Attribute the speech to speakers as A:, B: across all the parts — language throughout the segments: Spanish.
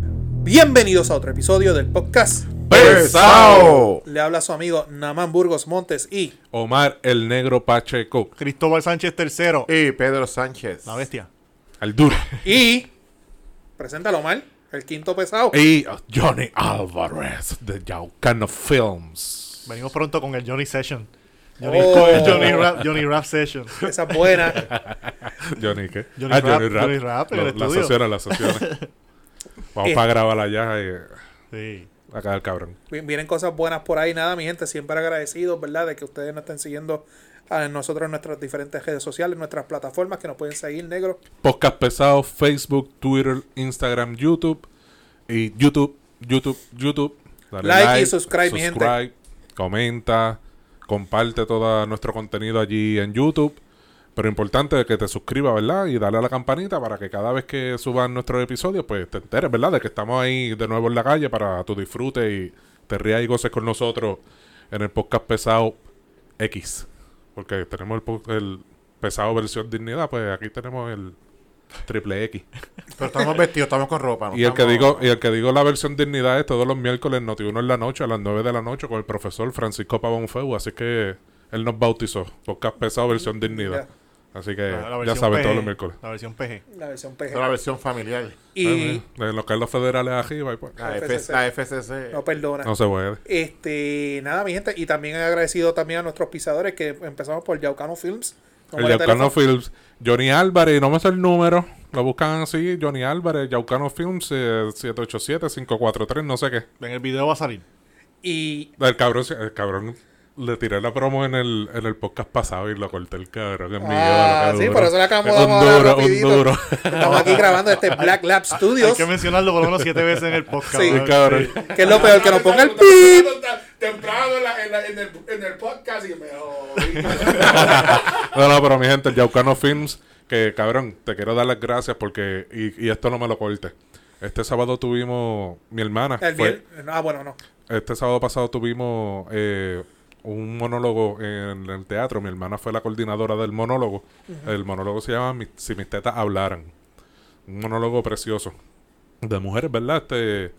A: Bienvenidos a otro episodio del podcast.
B: ¡Pesao!
A: Le habla su amigo Namán Burgos Montes y
B: Omar el Negro Pacheco.
C: Cristóbal Sánchez III.
D: Eh,
B: Y Pedro Sánchez.
C: La bestia.
B: Al duro.
A: y preséntalo mal, el quinto pesado.
B: Y uh, Johnny Álvarez de Yaucano Films.
C: Venimos pronto con el Johnny Session. Johnny,
A: Oh.
C: con el Johnny, Rap, Johnny Rap Session.
A: Esa es buena.
B: Johnny, ¿qué?
C: Johnny Rap, Johnny Rap en
B: Lo-
C: el
B: la
C: estudio.
B: asociaron, la asociaron. Vamos
A: Eh.
B: para grabar allá y
C: Sí.
B: va a quedar cabrón.
A: Vi- Vienen cosas buenas por ahí. Nada, mi gente, siempre agradecidos, ¿verdad? De que ustedes nos estén siguiendo a nosotros en nuestras diferentes redes sociales, nuestras plataformas que nos pueden seguir, negro.
B: Podcast pesado, Facebook, Twitter, Instagram, YouTube. Y YouTube, YouTube, YouTube. Dale
A: Like y subscribe, mi gente.
B: subscribe, Comenta, comparte todo nuestro contenido allí en YouTube. Pero importante es que te suscribas, ¿verdad? Y dale a la campanita para que cada vez que suban nuestros episodios, pues te enteres, ¿verdad? De que estamos ahí de nuevo en la calle para tu disfrute y te rías y goces con nosotros en el podcast pesado X. Porque tenemos el, po- el pesado versión dignidad, pues aquí tenemos el triple X.
D: Pero estamos vestidos, estamos con ropa. no
B: Y el, que
D: estamos-
B: digo, y el que digo la versión dignidad es todos los miércoles noti uno en la noche, a las 9 de la noche, con el profesor Francisco Pavón Feu. Así que él nos bautizó. Podcast pesado, versión dignidad. Así que
C: Ah, La- la
B: ya
C: versión
B: saben
C: PG,
B: todos los miércoles.
C: La versión PG.
A: La versión
D: Esta es la
A: PG.
D: versión familiar.
A: Y
B: Pues, De los cargos federales arriba y pues.
D: La,
A: FCC.
D: FCC. la FCC.
A: no perdona.
B: No se puede.
A: Este, nada, mi gente, y también agradecido también a nuestros pisadores que empezamos por Yaucano Films.
B: El Yaucano Films, Johnny Álvarez, no me sé el número. Lo buscan así, Johnny Álvarez, Yaucano Films, eh, 787-543, no sé qué.
C: Ven, el video va a salir.
A: Y
B: El cabrón, se- el cabrón le tiré la promo en el, en el podcast pasado y lo corté el cabrón en mi
A: Ah, sí, por eso la acomodamos
B: Un
A: ahora
B: duro, un
A: rapidito.
B: duro.
A: estamos aquí grabando este Black Lab
C: Hay
A: Studios,
C: que mencionarlo por lo menos siete veces en el podcast.
A: Sí.
C: ¿verdad?
B: El cabrón.
A: que es lo peor, que nos ponga el pip.
E: Temprano en, la- en la- en el, en el podcast y me jodí.
B: No, no, pero mi gente, el Yaucano Films, que cabrón, te quiero dar las gracias porque, y, y esto no me lo corte. Este sábado tuvimos, mi hermana,
A: El
B: fue-
A: bien- Ah, bueno, no.
B: este sábado pasado tuvimos eh, un monólogo en el teatro. Mi hermana fue la coordinadora del monólogo. El monólogo se llama Mi- Si mis tetas hablaran. Un monólogo precioso. De mujeres, ¿verdad? Este,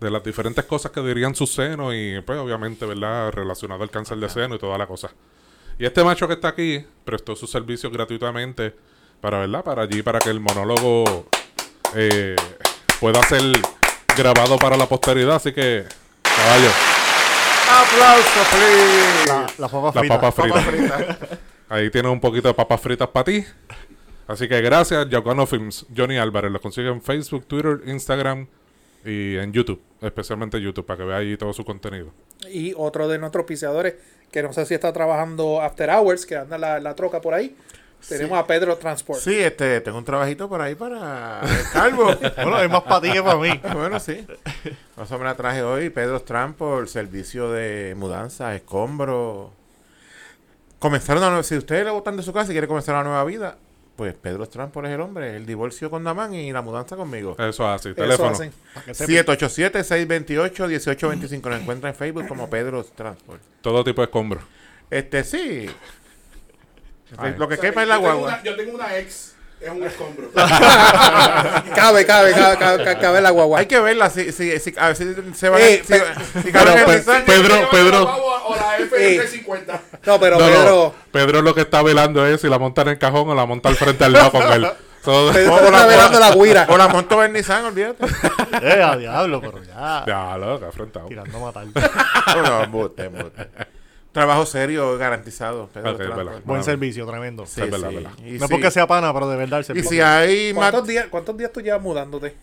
B: de las diferentes cosas que dirían sus senos y pues obviamente, ¿verdad? Relacionado al cáncer de seno y toda la cosa. Y este macho que está aquí prestó sus servicios gratuitamente para, ¿verdad? Para allí, para que el monólogo eh, pueda ser grabado para la posteridad. Así que, caballo,
D: ¡Aplauso, please!
C: La, la papa
B: las
C: frita.
B: papas fritas.
D: Frita.
B: Ahí tienes un poquito de papas fritas para ti. Así que gracias, Yaucano Films, Johnny Álvarez. Lo consigue en Facebook, Twitter, Instagram y en YouTube. Especialmente YouTube, para que veas ahí todo su contenido.
A: Y otro de nuestros pisadores, que no sé si está trabajando After Hours, que anda la, la troca por ahí. Tenemos a Pedro Transport.
D: Sí, este, tengo un trabajito por ahí para el calvo.
C: Bueno, es más para ti que para mí.
D: bueno, sí. Más o menos traje hoy Pedro Trampo, el servicio de mudanza, escombro. Comenzar una nueva, si ustedes le botan de su casa y quiere comenzar una nueva vida, pues Pedro Trampo es el hombre, el divorcio con Namán y la mudanza conmigo.
B: Eso es así.
A: Eso
B: Teléfono.
A: hacen.
D: 787-628-1825. Nos encuentra en Facebook como Pedro Transport.
B: Todo tipo de escombros.
D: Este, sí.
B: Ay.
D: Lo que quepa es la
E: Yo tengo
D: guagua.
E: una- Yo tengo una ex, es un escombro.
D: Ah,
A: Cabe, cabe, cabe, cabe, cabe- cabe la guagua.
D: Hay que verla si, si, si, a ver si se va
A: Eh,
D: si,
A: pe-
D: si,
B: Pero,
D: cabrón en el
B: pe-
D: mensaje.
B: Pedro,
E: Yo tengo
B: Pedro.
E: la guagua O la
D: Eh,
E: F50.
A: No, pero
B: No, no,
A: Pedro,
B: Pedro lo que está velando es si la monta en el cajón o la monta al frente al lado con él. So-
A: Pedro
D: O la-
A: está
D: o la-
A: velando la guira.
D: O la monto en Nissan, olvídate.
C: Eh, a diablo, pero ya.
B: Ya, lo que afrontado.
C: Tirando a matar.
D: No, no, embuste, embuste. Trabajo serio, garantizado. Pedro
B: Ok,
D: Transport.
B: vela.
C: Buen
B: Bueno.
C: servicio, tremendo.
D: Sí,
B: Es verdad,
D: sí.
B: verdad.
D: Y
C: No
D: si-
C: porque sea pana, pero de verdad
D: Y
C: el
D: ah.
C: servicio.
D: si hay más.
A: ¿Cuántos días, ¿Cuántos días tú llevas mudándote?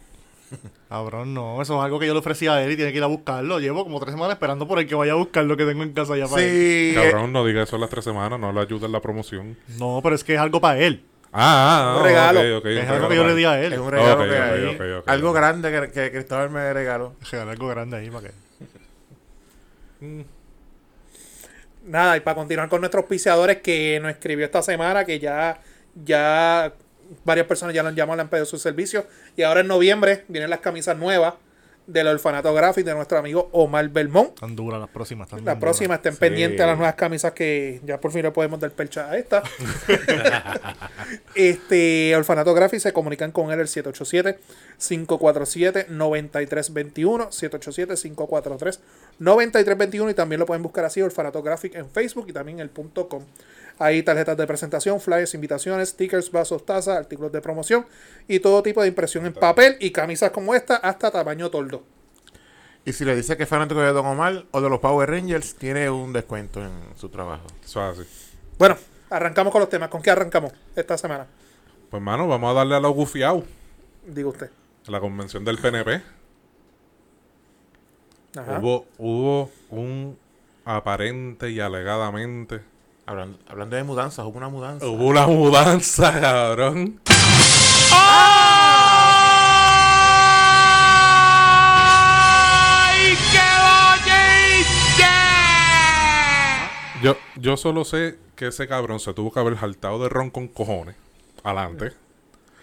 C: Cabrón, no. Eso es algo que yo le ofrecí a él y tiene que ir a buscarlo. Llevo como tres semanas esperando por el que vaya a buscar lo que tengo en casa ya para él.
D: Sí.
B: Cabrón, no diga eso las tres semanas, no le ayuda en la promoción.
C: No, pero es que es algo para él.
B: Ah, ah,
A: Un
B: ah,
A: regalo.
B: ok, ok,
C: Es
B: un
C: algo que
B: regalo
C: yo le di
B: para
C: a él.
D: Es un regalo
B: Ok,
D: que
B: ok,
D: hay.
B: ok, ok,
D: Algo
B: ok.
D: grande que, que Cristóbal me regaló.
C: Regalar algo grande ahí para que.
A: Nada, y para continuar con nuestros piseadores que nos escribió esta semana, que ya, ya varias personas ya nos llaman, le han pedido sus servicios. Y ahora en noviembre vienen las camisas nuevas del Orfanato Graphic de nuestro amigo Omar Belmont.
C: Tan dura las próximas. tan
A: La
C: duras.
A: próxima estén
D: Sí.
A: pendientes a las nuevas camisas que ya por fin le podemos dar percha a esta. este Orfanato Graphic se comunican con él el 787-547-9321. 787-543-9321. Y también lo pueden buscar así, Orfanato Graphic en Facebook y también el punto .com. Hay tarjetas de presentación, flyers, invitaciones, stickers, vasos, tazas, artículos de promoción y todo tipo de impresión en papel y camisas como esta hasta tamaño toldo.
D: Y si le dice que es fanático de Don Omar o de los Power Rangers, tiene un descuento en su trabajo.
B: Eso es así.
A: Bueno, arrancamos con los temas. ¿Con qué arrancamos esta semana?
B: Pues, mano, vamos a darle a lo gufiado.
A: Digo usted.
B: La convención del PNP.
A: Ajá.
B: Hubo, hubo un aparente y alegadamente.
D: Hablando, hablando de mudanzas, hubo una mudanza.
B: Hubo una mudanza, cabrón. Yo, yo solo sé que ese cabrón se tuvo que haber jaltado de ron con cojones. Adelante.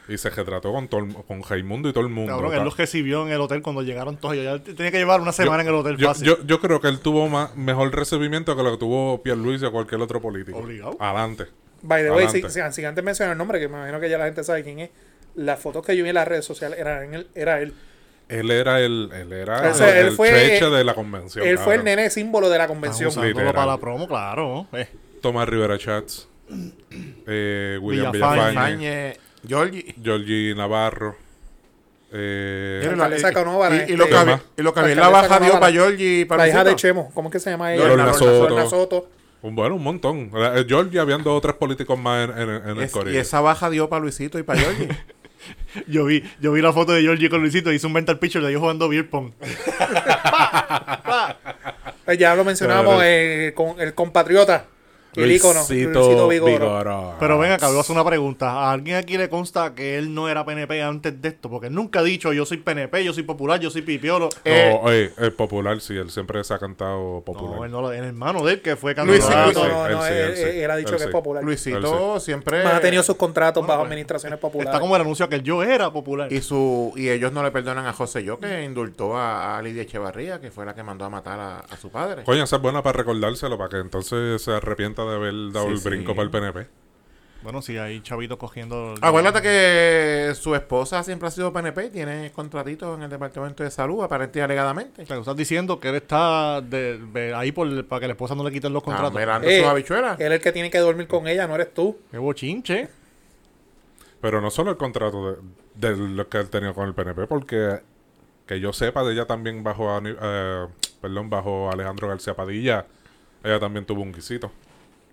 B: Y se retrató con, todo el mu- con Raimundo y todo el mundo.
C: Cabrón,
B: Ta-
C: él los recibió en el hotel cuando llegaron todos. ellos. Ya tenía que llevar una semana en el hotel
B: yo,
C: fácil.
B: yo- yo creo que él tuvo más, mejor recibimiento que lo que tuvo Pierluisi o cualquier otro político.
C: Obligado.
B: Adelante.
A: By the way, si,
B: Adelante.
A: si- si antes mencionar el nombre, que me imagino que ya la gente sabe quién es, las fotos que yo vi en las redes sociales eran él. Era él.
B: Él era el, él era
A: O sea,
B: el,
A: él
B: el
A: fue-
B: treche de la convención.
A: él fue el
B: cabrón.
A: nene símbolo de la
C: Están
A: convención.
B: Vamos
C: usándolo
B: Literal.
C: para la promo, claro. eh.
B: Tomás Rivera Chats, eh, William
C: Villafañe.
B: Villafañe,
D: Fañe, Georgie.
B: Eh, Georgie Navarro, eh,
A: Mira, alcalesa Canóvara,
D: y, y lo
A: este-
D: que había- y lo que había en la
A: Alcaldesa
D: baja dio
A: Canóvara.
D: para Georgie y para
A: La hija de
D: Luisito.
A: Chemo. ¿Cómo es que se llama ella?
D: Lorna
B: Soto.
A: Lorna Soto.
B: un- bueno, un montón. Eh, Georgie habían dos o tres políticos más en, en- en
D: Y
B: el
D: es-
B: corillo.
D: y esa baja dio para Luisito y para Georgie.
C: Yo vi, yo vi la foto de Georgie con Luisito, hizo un mental picture de ellos jugando beer pong.
A: Eh, Ya lo mencionamos,
B: Claro.
A: eh, con el compatriota, el ícono,
B: Luisito
A: Vigoro.
B: Vigoró.
C: Pero ven acá, le voy a hacer una pregunta. ¿A alguien aquí le consta que él no era PNP antes de esto? Porque él nunca ha dicho yo soy PNP, yo soy popular, yo soy pipiolo.
B: No,
D: Eh,
B: eh, el popular, sí, él siempre se ha cantado popular.
C: No, él no lo- el hermano de él que fue
A: Luis,
C: candidato.
A: no,
B: él Ah, sí,
A: no, no,
B: él sí,
A: él,
B: él sí,
A: él ha dicho
B: él
A: que es
B: sí.
A: popular.
D: Luisito siempre.
A: Más ha tenido sus contratos
C: bueno,
A: bajo
C: pues,
A: administraciones
C: Está
A: populares.
C: como el anuncio que yo era popular.
D: Y, su, y ellos no le perdonan a José Yo, que indultó a, a Lidia Echevarría, que fue la que mandó a matar a, a su padre.
B: Coño, esa es buena para recordárselo, para que entonces se arrepienta de haber dado
D: Sí,
B: el brinco
D: sí.
B: para el PNP.
C: Bueno, sí, hay chavitos cogiendo.
D: Acuérdate que su esposa siempre ha sido PNP y tiene contratitos en el Departamento de Salud, aparentemente y alegadamente.
C: Te estás diciendo que él está de- de ahí por, para que la esposa no le quiten los
D: Está
C: contratos.
D: velando
A: Eh,
D: sus habichuelas.
A: Él es el que tiene que dormir con ella, no eres tú.
C: Qué bochinche.
B: Pero no solo el contrato de, de lo que él tenía con el PNP, porque que yo sepa de ella también bajo Ani- eh, perdón, bajo Alejandro García Padilla, ella también tuvo un guisito.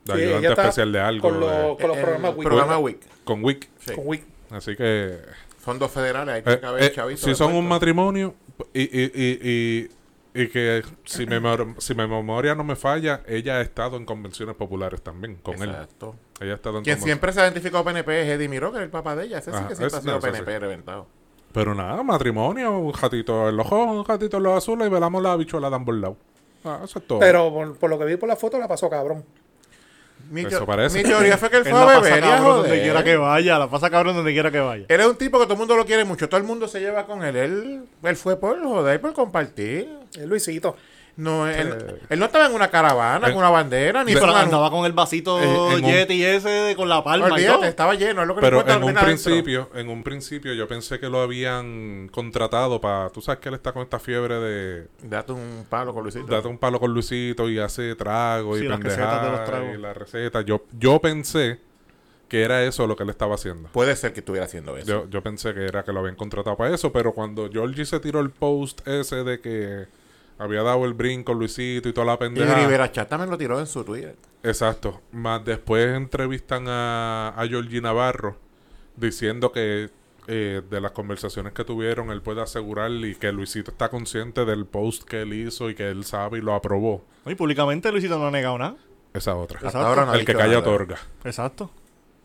B: De
A: Sí,
B: ayudante
A: ella está
B: especial de algo.
A: con,
B: de- Eh,
A: los- con los
D: Eh, El
A: programas WIC.
D: programa WIC.
B: con Wick.
D: Sí.
A: Con WIC.
B: Así que.
D: Fondos federales, ahí
B: eh,
D: tiene que haber
B: eh,
D: chavitos
B: si son un
D: devueltos.
B: matrimonio y, y, y, y, y que si mi, memor- si mi memoria no me falla, ella ha estado en convenciones populares también con él.
D: Exacto.
B: Ella ha estado en
D: Quien
B: convenciones.
D: siempre se ha identificado PNP es Eddie Miró, que es el papá de ella. Ese sí
B: Ajá,
D: que siempre
B: ese-
D: ha sido
B: no, ese
D: PNP reventado.
B: Pero nada, matrimonio, un gatito en los ojos, un gatito en los azules y velamos la bichuela de ambos lados. Ah, eso es todo.
A: Pero por, por lo que vi por la foto, la pasó cabrón.
D: Mi,
B: Eso
D: teo-
B: parece.
D: mi teoría fue que él
C: Él
D: fue a
C: la pasa
D: beber y a
C: cabrón donde
D: joder. Eh,
C: quiera que vaya, la pasa cabrón donde quiera que vaya.
D: Él es un tipo que todo el mundo lo quiere mucho, todo el mundo se lleva con él. Él, él fue por joder, por compartir.
A: Es Luisito.
D: No, él, él no estaba en una caravana, con una bandera, ni
C: Sí,
D: con
C: pero
D: una-
C: andaba con el vasito
B: Eh, en un-
C: Yeti ese de- con la palma y todo.
D: Olvídate, estaba lleno, es lo que le
B: Pero
D: importa,
B: en un
D: ven adentro.
B: principio, en un principio yo pensé que lo habían contratado para... Tú sabes que él está con esta fiebre de...
D: Date un palo con Luisito.
B: Date un palo con Luisito y hace trago
C: Sí,
B: y
C: las recetas de los
B: pendejadas
C: tragos.
B: y la receta. Yo, yo pensé que era eso lo que él estaba haciendo.
D: Puede ser que estuviera haciendo eso.
B: Yo, yo pensé que era que lo habían contratado para eso, pero cuando Georgie se tiró el post ese de que había dado el brinco Luisito y toda la
D: y
B: pendeja...
D: Rivera Chat también lo tiró en su Twitter.
B: Exacto. Más después entrevistan a, a Georgie Navarro diciendo que eh, de las conversaciones que tuvieron, él puede asegurar y que Luisito está consciente del post que él hizo y que él sabe y lo aprobó.
C: No, y públicamente Luisito no ha negado nada.
B: Esa otra.
D: Hasta
C: Exacto.
D: ahora no ha
B: el que
D: dicho
B: calla
D: nada.
B: otorga.
C: Exacto.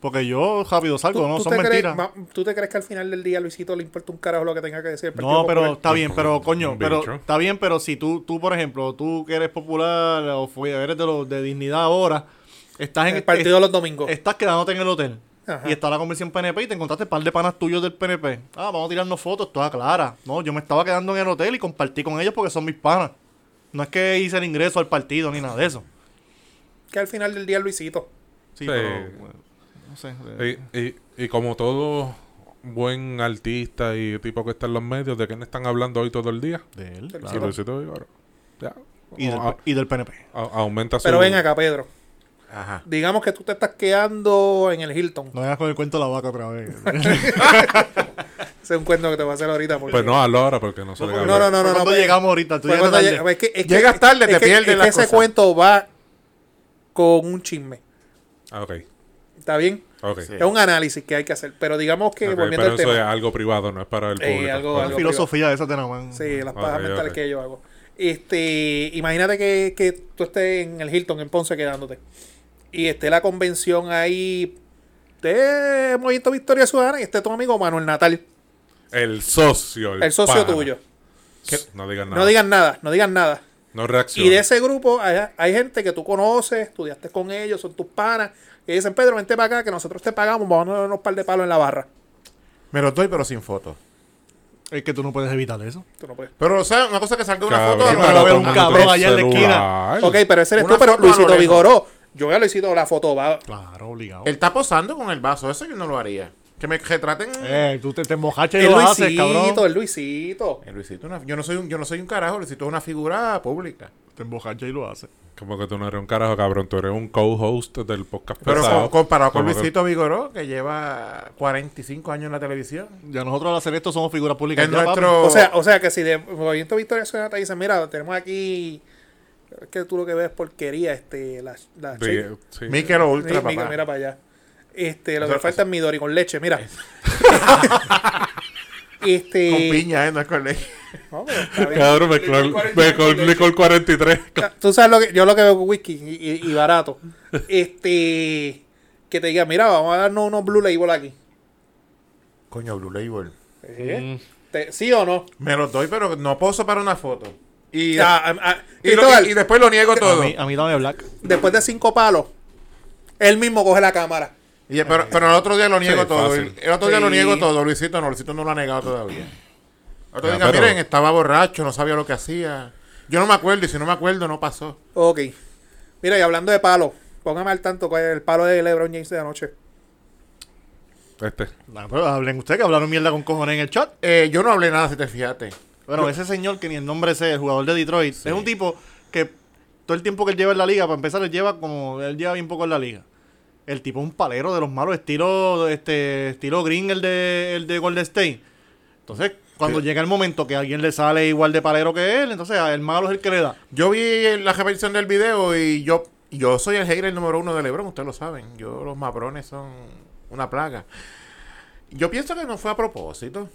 C: Porque yo rápido salgo, no, son
A: te crees,
C: mentiras.
A: ma- ¿Tú te crees que al final del día a Luisito le importa un carajo lo que tenga que decir el Partido
C: No, pero
A: Popular?
C: está bien, pero coño,
B: Un
C: pero
B: bicho.
C: está bien, pero si tú, tú por ejemplo, tú que eres popular o fue- eres de los de dignidad ahora, estás en
A: el partido de los domingos.
C: estás quedándote en el hotel.
A: Ajá.
C: y estaba la convención PNP y te encontraste un par de panas tuyos del PNP. Ah, vamos a tirarnos fotos, toda clara. No, yo me estaba quedando en el hotel y compartí con ellos porque son mis panas. No es que hice el ingreso al partido ni nada de eso.
A: Que al final del día Luisito.
C: Sí,
B: Sí.
C: pero. bueno, no sé. eh,
B: Y, y- y como todo buen artista y tipo que está en los medios, ¿de quién están hablando hoy todo el día?
C: de él,
A: Del
C: claro.
B: Sí, Luisito Vigoro. Ya.
C: Y, del,
D: ah.
B: A-
C: y del PNP.
B: a- aumenta su...
A: Pero ven acá, Pedro.
D: Ajá.
A: Digamos que tú te estás quedando en el Hilton.
C: No hagas con el cuento de la vaca otra vez.
A: Ese es un cuento que te voy a hacer ahorita. porque-
B: Pues no, hazlo ahora porque no se le
A: no,
B: habla.
A: no, no, no.
C: Cuando
A: pues-
C: llegamos ahorita, tú
A: pues
C: llegas
A: cuando
C: tarde.
A: llega- es que- es que-
D: Llegas tarde, te
A: es que-
D: pierdes
A: es que
D: las
A: ese
D: cosas.
A: cuento va con un chisme.
B: Ah, ok.
A: ¿Está bien?
B: Ok.
D: Sí.
A: Es un análisis que hay que hacer. Pero digamos que
B: Ok,
A: volviendo
B: pero
A: al
B: eso
A: tema.
B: es algo privado, no es para el
A: Eh,
B: público.
A: algo-
B: Ok.
C: La filosofía de esa de Namán.
A: Sí, las
B: Ok,
A: pajas mentales
B: ok.
A: que yo hago. Este, imagínate que, que tú estés en el Hilton, en Ponce, quedándote. Y esté la convención ahí de Movimiento Victoria Ciudadana y esté tu amigo Manuel Natal,
B: El socio. El,
A: el socio
B: pana.
A: tuyo.
B: Que- No digan nada.
A: No digan nada, no digan nada.
B: No
A: Y de
B: reaccionen.
A: ese grupo hay, hay gente que tú conoces, estudiaste con ellos, son tus panas. Y dicen, Pedro, vente para acá que nosotros te pagamos, vamos a darnos un par de palos en la barra.
D: Me los doy, pero sin foto.
C: Es que tú no puedes evitar eso.
A: Tú no puedes.
D: Pero, ¿sabes? Una cosa que salga una
B: Cabrón,
D: foto.
C: pero
D: no,
B: todo
C: veo
B: el
C: un
B: mundo
C: cabrón
B: tiene
C: allá en la
B: celular.
A: Ok, pero ese eres
D: Una
A: tú, pero
D: foto a lo
A: Luisito
D: lejos.
A: Vigoró. Yo veo a Luisito la foto, va,
C: Claro, obligado.
D: Él está posando con el vaso. Eso yo no lo haría. Que me retraten.
C: Eh, tú te, te mojaste y
A: El
C: lo
A: Luisito,
C: haces, cabrón.
A: el Luisito.
D: Eh, Luisito, una- yo, no soy un, yo no soy un carajo. Luisito es una figura pública.
C: Te embojaste y lo haces.
B: Como que tú no eres un carajo, cabrón. Tú eres un co-host del podcast
D: Pero
B: pesado.
D: con- comparado con
B: Como que-
D: Luisito Vigoró, que lleva 45 años en la televisión.
C: Ya nosotros al hacer esto somos figuras públicas.
D: Es
C: ya, papi.
D: nuestro...
A: O sea, o sea que si de Movimiento Victoria Ciudadana te dicen, mira, tenemos aquí. Es que tú lo que ves es porquería, este, la, la
B: Sí,
A: chica.
B: sí.
D: Mikel o Ultra,
A: Sí, mira,
D: papá.
A: mira para allá. Este, lo
D: Eso-
A: que falta es Midori con leche, mira.
D: Con
A: este.
D: piña, ¿eh? No es con ley.
A: no, pero está bien.
B: Cabrón, me col- me col- Nicole 43.
A: Tú sabes lo que, yo lo que veo con whisky y, y- y barato. Este. Que te diga, mira, vamos a darnos unos Blue Label aquí.
D: Coño, Blue Label. Mm.
A: ¿Eh? Te- ¿Sí o no?
D: Me los doy, pero no poso para una foto. Y,
A: Ah, ah, ah,
D: y, lo-
A: Cristóbal,
D: y- y después lo niego
C: A
D: todo.
C: mí, a mí dame black.
A: después de cinco palos, él mismo coge la cámara.
D: Y- pero, pero el otro día lo niego
B: Sí,
D: todo.
B: fácil.
D: El otro día lo
A: Sí.
D: niego todo. Luisito no, Luisito no lo ha negado todavía. El otro
B: Ya,
D: día,
B: pero-
D: miren, estaba borracho, no sabía lo que hacía. Yo no me acuerdo y si no me acuerdo, no pasó.
A: Ok. Mira, y hablando de palo, póngame al tanto con el palo de LeBron James de anoche.
B: Este.
C: Nah, pero hablen ustedes que hablaron mierda con cojones en el chat.
D: Eh, yo no hablé nada, si te fijaste.
C: Bueno, ese señor que ni el nombre sé, el jugador de Detroit, es un tipo que todo el tiempo que él lleva en la liga, para empezar, él lleva como él lleva bien poco en la liga. El tipo es un palero de los malos, estilo este estilo Green, el de, el de Golden State. Entonces, cuando llega el momento que alguien le sale igual de palero que él, entonces ah, el malo es el que le da.
D: Yo vi la repetición del video y yo, yo soy el hater número uno de Lebron, ustedes lo saben. Yo, los mabrones son una plaga. Yo pienso que no fue a propósito.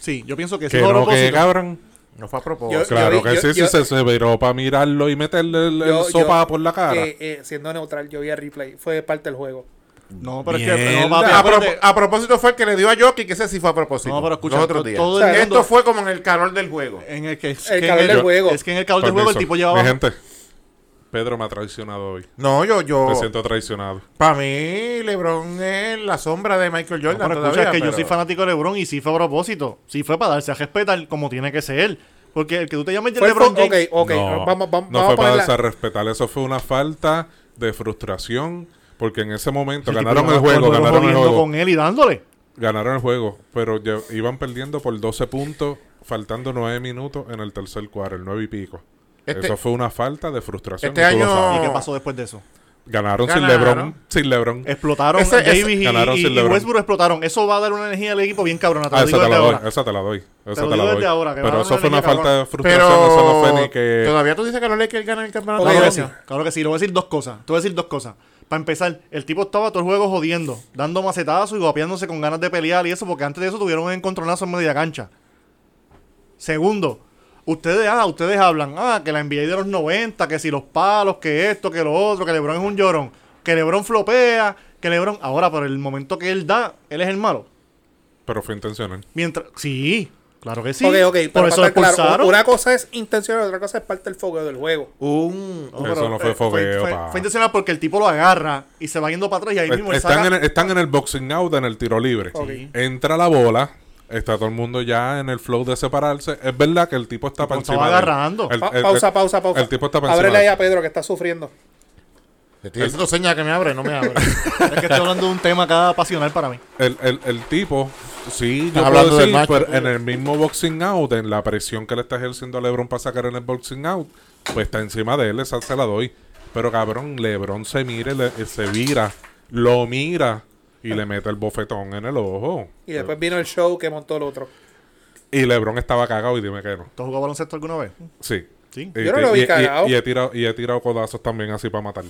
C: Sí, yo pienso que sí.
B: Que
C: fue a
B: no, que
C: propósito.
B: cabrón.
D: No fue a propósito.
A: Yo-
B: Claro
A: vi-
B: que
A: yo-
B: sí,
A: yo-
B: si se, se viró para mirarlo y meterle el, el
A: Yo-
B: sopa
A: yo,
B: por la cara.
A: eh, eh, siendo neutral, yo vi el replay. Fue parte del juego.
C: No, pero es que
B: Mierda.
C: no, papi,
D: a,
C: acuérdate-
D: propo- a propósito fue el que le dio a Jockey, que ese Ah, pues, sí fue a propósito.
C: No, pero escucha,
D: los otros
C: to-
D: días.
C: todo
A: el
D: esto
C: mundo-
D: fue como en el calor del juego.
C: en el que, es
A: El
C: que
A: calor
C: en
A: del juego.
C: Es que en el calor del
B: Permiso.
C: juego el tipo llevaba
B: Mi gente, Pedro me ha traicionado hoy.
D: No, yo,
A: Oh.
D: yo.
B: Me siento traicionado.
D: Para mí, LeBron es la sombra de Michael Jordan.
C: No, pero escucha,
D: todavía,
C: es que yo
D: pero-
C: soy fanático de LeBron y sí fue a propósito. Sí fue para darse a respetar como tiene que ser. Porque el que tú te llames
A: Fue
C: LeBron
A: fo-
C: James...
A: ok, ok.
B: no,
A: vamos, vamos,
B: no
A: vamos
B: fue
A: a
B: para
A: ponerla.
B: desrespetar. Eso fue una falta de frustración. Porque en ese momento
C: el tipo
B: ganaron
C: llevaba
B: el
C: todo
B: juego, ganaron el
C: jodiendo
B: juego.
C: con él y dándole.
B: Ganaron el juego, pero ya iban perdiendo por 12 puntos, faltando 9 minutos en el tercer cuarto, el 9 y pico.
D: Este-
B: Eso fue una falta de frustración.
D: Este
B: tú lo
D: año-
B: sabes.
C: ¿Y
D: No.
C: qué pasó después de eso?
B: Ganaron, sin
D: Ganaron.
B: LeBron. Sin LeBron.
C: Explotaron
D: Ese-
C: a Davis
D: ese-
C: y,
B: ganaron
C: y-
B: sin
C: y
B: LeBron.
C: Westbrook explotaron. Eso va a dar una energía al equipo bien cabrona. Te
B: Ah,
C: lo digo
B: esa te la
C: desde
B: doy.
C: ahora.
B: Esa te la doy. Esa
C: lo
B: te la
C: digo
B: doy.
C: desde ahora, que
B: Pero
C: ganaron
B: eso
C: una
B: fue una
C: liga,
B: falta de
D: Pero
B: frustración. Eso no fue ni que.
D: todavía tú dices que los Lakers ganan el campeonato.
C: Claro
A: Ah, Ok,
C: que
A: ok.
C: sí, claro que sí. Le voy a decir dos cosas. Te voy a decir dos cosas. Para empezar, el tipo estaba todo el juego jodiendo, dando macetazos y golpeándose con ganas de pelear y eso, porque antes de eso tuvieron un encontronazo en media cancha. Segundo, ustedes, ah, ustedes hablan, ah, que la NBA de los 90, que si los palos, que esto, que lo otro, que Lebron es un llorón, que Lebron flopea, que Lebron... Ahora, por el momento que él da, él es el malo.
B: Pero fue intencional.
C: Mientras, sí, Claro que sí.
A: ok, ok, pero
C: Por
A: para
C: eso lo
A: estar claro,
C: expulsaron.
A: una cosa es intencional, otra cosa es parte del fogueo del juego.
D: Un.
C: No,
B: Eso no fue
C: eh,
B: fogueo,
C: Fue,
B: pa.
C: fue intencional porque el tipo lo agarra y se va yendo para atrás y ahí
B: Est-
C: mismo él
B: Pues están,
C: saca-
B: en el, están en el boxing out, en el tiro libre.
A: Ok.
B: Entra la bola. Está todo el mundo ya en el flow de separarse. Es verdad que el tipo está para
C: estaba
B: encima. de él.
C: agarrando.
B: El-
A: Pa-
B: el-
A: pausa,
B: el-
A: pausa, pausa.
B: El tipo está para
A: Ábrele
B: encima.
A: ahí
B: de él.
A: a Pedro que está sufriendo.
D: Le estoy haciendo señas que me abre, no me abre.
C: Es que estoy hablando de un tema acá pasional para mí.
B: El, el- el tipo, sí,
D: Estás
B: yo
D: hablando
B: puedo
D: del
B: decir,
D: macho,
B: pero
D: tú.
B: en el mismo boxing out, en la presión que le está ejerciendo a LeBron para sacar en el boxing out, pues está encima de él, esa se la doy. Pero cabrón, LeBron se mira, y le- eh, se vira, lo mira y le mete el bofetón en el ojo.
A: Y después vino el show que montó el otro.
B: Y LeBron estaba cagado y dime que no.
C: ¿Tú has jugado baloncesto alguna vez?
B: Sí.
C: Sí.
B: Y
A: Yo no
B: te-
A: lo vi
B: y- y-
A: cagao.
B: Y, he tirado, y he tirado codazos también así para matar.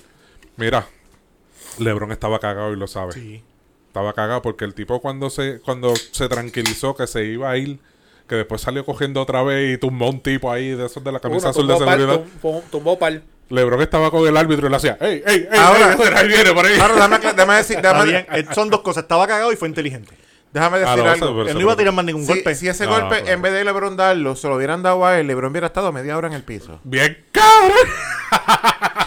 B: Mira, LeBron estaba cagado y lo sabe.
C: Sí.
B: Estaba cagado porque el tipo cuando se cuando se tranquilizó que se iba a ir, que después salió cogiendo otra vez y tumbó a un tipo ahí de esos de la camisa
A: Uno
B: azul de
A: tumbó pal,
B: seguridad.
A: tum- pum- tumbó pal.
B: LeBron estaba con el árbitro y le hacía, ¡Ey, ey, ey!
D: Ahora-
B: ey, espera, ahí viene por ahí!
D: Claro, dame, acla- dame decir,
C: Está
D: dame,
C: bien, eh, son dos cosas. Estaba cagado y fue inteligente.
D: déjame decir
B: Ah, no,
D: algo.
B: eso- pero
C: Él
B: eso-
C: no iba a tirar más ningún
D: Si,
C: golpe.
D: si ese
B: No,
D: golpe,
B: pero-
D: en vez de LeBron darlo, se lo hubieran dado a él, LeBron hubiera estado media hora en el piso.
B: ¡Bien cabrón!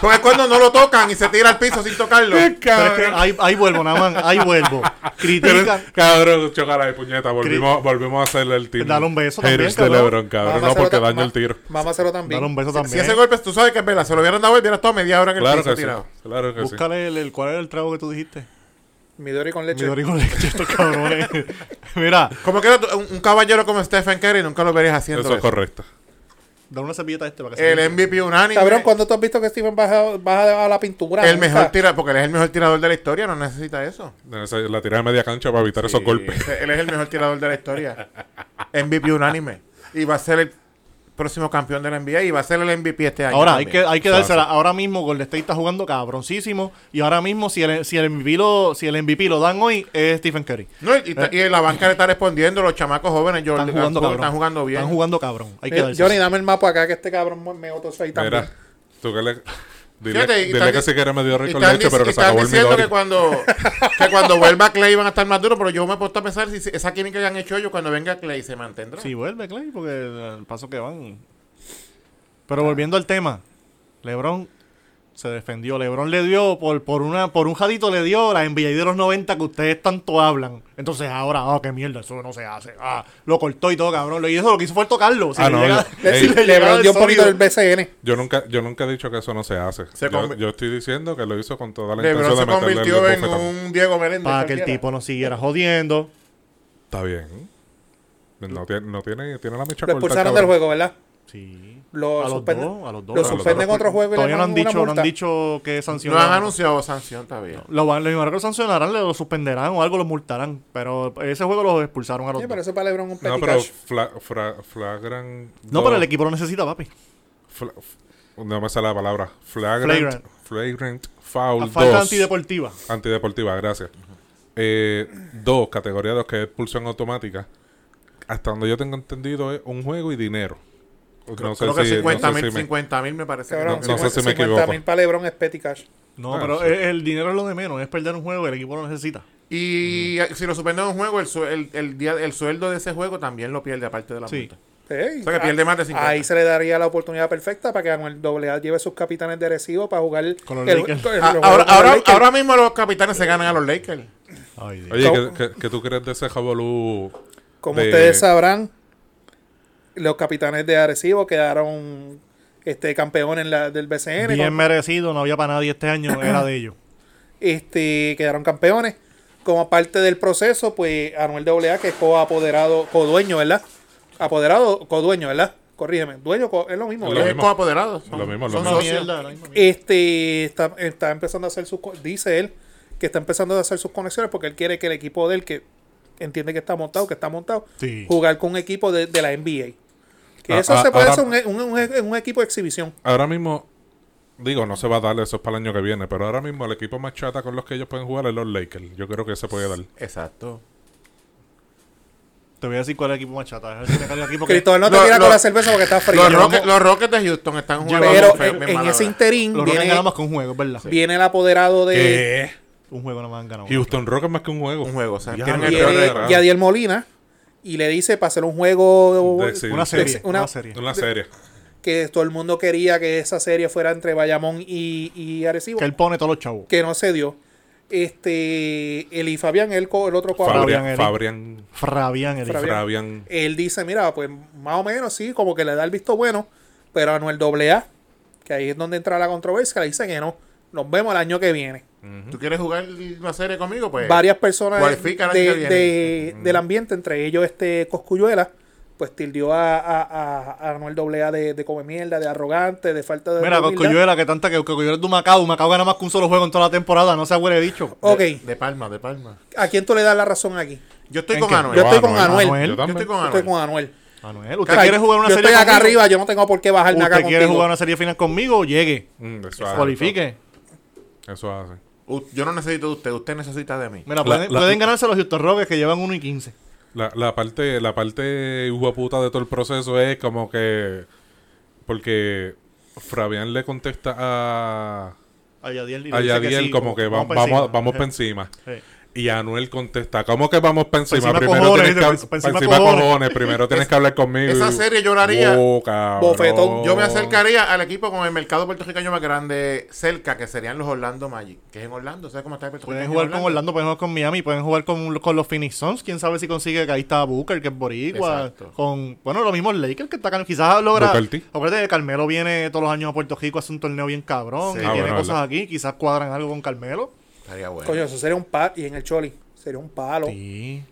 D: Porque cuando no lo tocan y se tira al piso sin tocarlo.
B: ¡Bien
C: Pero es que
B: cabrón!
C: ahí, ahí vuelvo, nada más. Ahí vuelvo. Critican.
B: Cabrón, chocar ahí, puñeta. Volvimos, volvimos a hacerle el tiro.
C: Dale un beso también,
B: Haters de
C: cabrón.
B: LeBron, cabrón. No,
A: Mámaselo
B: porque
A: tam-
B: daño el
A: ma-
B: tiro.
A: Mámaselo también.
C: Dale un beso
D: Si
C: también.
D: ese golpe, tú sabes que es verdad, se lo hubieran dado, él hubiera estado media hora en el
B: Claro
D: piso
B: que sí.
D: tirado.
B: Claro que sí.
C: Búscale el, el- cuál era el trago que tú dijiste.
A: Midori con leche.
C: Midori con leche, estos cabrones. Mira,
D: Como que era un, un caballero como Stephen Curry nunca lo verías haciendo
B: Eso es
D: eso.
B: correcto.
C: da una servilleta a este para que se
D: El MVP unánime.
A: Cabrón, ¿cuándo tú has visto que Steven baja, baja a la pintura?
D: el
A: Nunca.
D: mejor tira, porque él es el mejor tirador de la historia, no necesita eso.
B: Esa- La tirada de media cancha para evitar esos
D: Sí,
B: golpes.
D: ese- Él es el mejor tirador de la historia. MVP unánime. Y va a ser el próximo campeón de la NBA y va a ser el MVP este año.
C: Ahora, hay
D: también.
C: que, hay que dársela. Ahora mismo Golden State está jugando cabroncísimo. Y ahora mismo, si el, si el, MVP, lo, si el MVP lo dan hoy, es Stephen Curry.
D: No, y, y ta- y la banca le está respondiendo, los chamacos jóvenes, Jordan
C: Están jugando
D: Poole,
C: cabrón.
D: están jugando bien.
C: Están jugando cabrón. Hay que
A: Mira,
C: dársela.
A: Eh, Johnny, dame el mapa acá que este cabrón me otro ahí también.
B: Mira, tú que le. Dile,
D: Fíjate, y
B: dile
D: están
B: que
D: di-
B: si quiere medio
D: Y
B: rico
D: están,
B: leche,
D: dic-
B: pero
D: y
B: que se
D: están
B: acabó el
D: diciendo que
B: Midori.
D: cuando, que cuando vuelva Clay van a estar más duros, pero yo me puedo a pensar si si esa química que han hecho ellos cuando venga Clay se mantendrá.
C: Si vuelve Clay, porque eh, el paso que van. Pero volviendo al tema, LeBron se defendió. LeBron le dio, por, por, una, por un jadito le dio la NBA de los 90 que ustedes tanto hablan. Entonces ahora, ah, qué mierda, eso no se hace. Ah, lo cortó y todo, cabrón. Lo- Y eso lo que hizo fue tocarlo. Si
B: Ah,
C: le
B: no,
C: llega-
B: yo-
C: si
B: ey.
C: le llegaba
A: LeBron
C: el
A: dio un poquito
C: sólido-
A: del BCN.
B: Yo nunca, yo nunca he dicho que eso no se hace.
D: Se
B: yo,
D: conv-
B: yo estoy diciendo que lo hizo con toda la intención de
D: LeBron se
B: meterle el
D: convirtió en
B: bofetón.
D: un Diego Meléndez.
C: Para que el
D: cualquiera.
C: tipo no siguiera jodiendo.
B: Está bien. No tiene, no tiene, tiene la mecha
A: Lo
B: corta.
A: expulsaron
B: cabrón.
A: del juego, ¿verdad?
C: Sí.
A: Lo
C: A los
A: suspenden-
C: dos, a los dos.
A: Lo
C: A los dos
A: suspenden
B: los-
A: otro juego y le
C: Todavía no han
A: mandan una
C: dicho, no
A: multa.
C: han dicho que
D: No
C: sancionaron.
D: han anunciado sanción todavía.
C: Lo, van, lo mismo que lo sancionarán, lo suspenderán o algo, lo multarán. Pero ese juego los expulsaron a los
A: Sí,
C: dos.
A: pero eso para LeBron un petit
B: No, pero
A: cash.
B: fla- fra- flagran.
C: No, pero el equipo lo necesita, papi.
B: fla- f- no me sale la palabra. Flagrant.
C: Flagrant.
B: Flagrant. Foul.
C: Falta
B: 2.
C: antideportiva.
B: Antideportiva, gracias. Eh, dos, categoría dos, que es expulsión automática. Hasta donde yo tengo entendido es un juego y dinero. no sé
D: Creo que
B: si- no
D: 50
B: sé
D: mil,
B: si me-
D: 50 mil me parece. que
A: Cabrón,
B: no- no sé si me
A: 50
B: equivoco.
A: mil para LeBron es petty cash.
C: No,
B: Ah,
C: pero
B: sí.
C: el, el dinero es lo de menos. Es perder un juego, el equipo lo necesita.
D: Y eh, si lo suspenden un juego, el, sue- el, el día, el sueldo de ese juego también lo pierde, aparte de la
C: Sí.
D: multa.
A: Ey,
D: O sea que
A: ah,
D: pierde más de 50.
A: Ahí se le daría la oportunidad perfecta para que Anuel AA lleve sus capitanes de recibo para jugar el,
C: Con los
A: el-
C: Lakers.
A: el- el
D: Ah,
A: juego
D: ahora,
A: con los
D: ahora,
A: Lakers.
D: ahora mismo los capitanes se ganan a los Lakers.
C: Ay, Dios.
B: Oye,
A: Como-
B: ¿qué, qué, qué tú crees de ese jabolú?
A: Como
B: de-
A: ustedes sabrán, los capitanes de Arecibo quedaron este campeón en la, del BCN.
C: Bien
A: con-
C: merecido, no había para nadie este año, era de ellos.
A: este, quedaron campeones. Como parte del proceso, pues Anuel AA, que es coapoderado, codueño, ¿verdad? Apoderado, codueño, ¿verdad? Corrígeme. Dueño co- es lo mismo,
B: Es lo
A: ¿verdad?
D: Los
B: mismo.
D: coapoderados.
B: Lo mismo, lo
D: son
B: mismo.
D: socios.
A: Este está, está empezando a hacer sus co- dice él que está empezando a hacer sus conexiones porque él quiere que el equipo de él que entiende que está montado, que está montado,
C: Sí.
A: jugar con un equipo de, de la NBA. Que
B: Ah,
A: eso
B: ah,
A: se puede
B: ahora-
A: hacer un, un- un- un equipo de exhibición.
B: Ahora mismo, digo, no se va a dar, eso es para el año que viene, pero ahora mismo el equipo más chata con los que ellos pueden jugar es los Lakers. Yo creo que se puede dar.
D: Exacto.
C: Te voy a decir cuál es el equipo más chata. déjame sacar el equipo que-
A: Cristóbal no te
D: Lo-
A: tira
D: lo-
A: con la cerveza porque está frío.
D: Los Rockets, los Rockets de Houston están jugando
A: Pero
D: feo,
A: en,
D: bien
A: en
D: mala
A: ese
D: hora.
A: interín
C: Los Rockets
A: viene,
C: ganan más que un juego, es ¿verdad?
A: viene el apoderado de
B: ¿Qué?
C: Un juego no más han ganado.
B: Eh, Houston Rockets más que un juego.
D: un juego. O sea,
B: Ya,
D: tienen
B: ya,
D: el
B: ya,
D: peor
B: ya,
D: récord.
A: viene
B: apoderado.
A: Yadiel Molina y le dice para hacer un juego
B: De exhibición.
C: Una serie.
A: una-
C: Una, serie.
B: Una serie.
A: que todo el mundo quería que esa serie fuera entre Bayamón y, y Arecibo,
C: Que él pone todos los chavos.
A: que no se dio. Este, el y Fabián, el, co- el otro cuadro,
C: Fabián
B: Fabrian.
C: Eric.
B: Fabrian.
C: Fabián Eric.
A: Fabián.
B: Fabian.
A: él dice, mira, pues más o menos sí, como que le da el visto bueno, pero a Anuel AA, que ahí es donde entra la controversia, le dice que no, nos vemos el año que viene.
D: ¿Tú quieres jugar una serie conmigo? Pues
A: varias personas
D: cualifica el año
A: de-
D: que viene.
A: de- del ambiente, entre ellos este Cosculluela, pues tildió a, a, a, a Anuel AA de, de come mierda, de arrogante, de falta de.
C: Mira,
A: humildad.
C: Coscoyuela, que tanta que Coscoyuela es de Macao. Macao gana más que un solo juego en toda la temporada. No se huele bicho.
A: Ok,
D: De Palma, de Palma.
A: ¿a quién tú le das la razón aquí?
D: Yo estoy
C: ¿En
D: con
C: qué?
D: Anuel.
A: Yo estoy con Anuel.
C: Anuel.
B: Yo
D: Yo estoy
B: también.
D: con
A: Yo estoy
D: Anuel.
A: con Anuel.
C: Manuel, ¿usted
A: O sea,
C: quiere jugar una
A: yo
C: serie
A: estoy acá
C: conmigo?
A: arriba, yo no tengo por qué bajarme acá
C: ¿Usted quiere
A: contigo.
C: jugar una serie final conmigo? Llegue.
B: Mm, eso hace.
C: Cualifique.
B: Eso hace.
D: U- Yo no necesito de usted, usted necesita de mí.
C: Mira, pueden,
B: la-
C: pueden ganarse los Houston Rockets que llevan 1 y 15.
B: La, la parte, la parte hijo de puta de todo el proceso es como que. Porque Fabián le contesta a,
C: A Yadiel, y le
B: a
C: dice
B: Yadiel
C: sí,
B: como que va-
C: pa'
B: vamos,
C: encima.
B: vamos
C: Sí.
B: para encima.
C: Sí.
B: Y Anuel contesta, ¿cómo que vamos para encima?
C: encima
B: primero
C: cojones,
B: tienes que,
C: dice, pa'
B: pa'
C: encima
B: encima
C: cojones".
B: cojones, primero tienes que hablar conmigo.
D: esa serie yo la haría.
B: Oh, cabrón.
A: Bofetón.
D: Yo me
B: Oh.
D: acercaría al equipo con el mercado puertorriqueño más grande cerca, que serían los Orlando Magic. Que es en Orlando, ¿sabes cómo está el
C: Pueden
D: puertorriqueño?
C: jugar
D: en
C: con Orlando, pueden jugar con Miami, pueden jugar con, con los Phoenix Suns. Quién sabe si consigue que ahí está Booker, que es Boricua.
D: Exacto.
C: Con, bueno, los mismos Lakers que está Cal- quizás logra.
B: Booker T.
C: Acuérdate que Carmelo viene todos los años a Puerto Rico, hace un torneo bien cabrón.
D: Sí.
C: Y
D: Ah,
C: tiene
B: bueno,
C: cosas
B: verdad.
C: aquí, quizás cuadran algo con Carmelo.
D: Estaría bueno.
A: Coño, eso sería un palo. Y en el Choli, sería un palo.
C: Sí.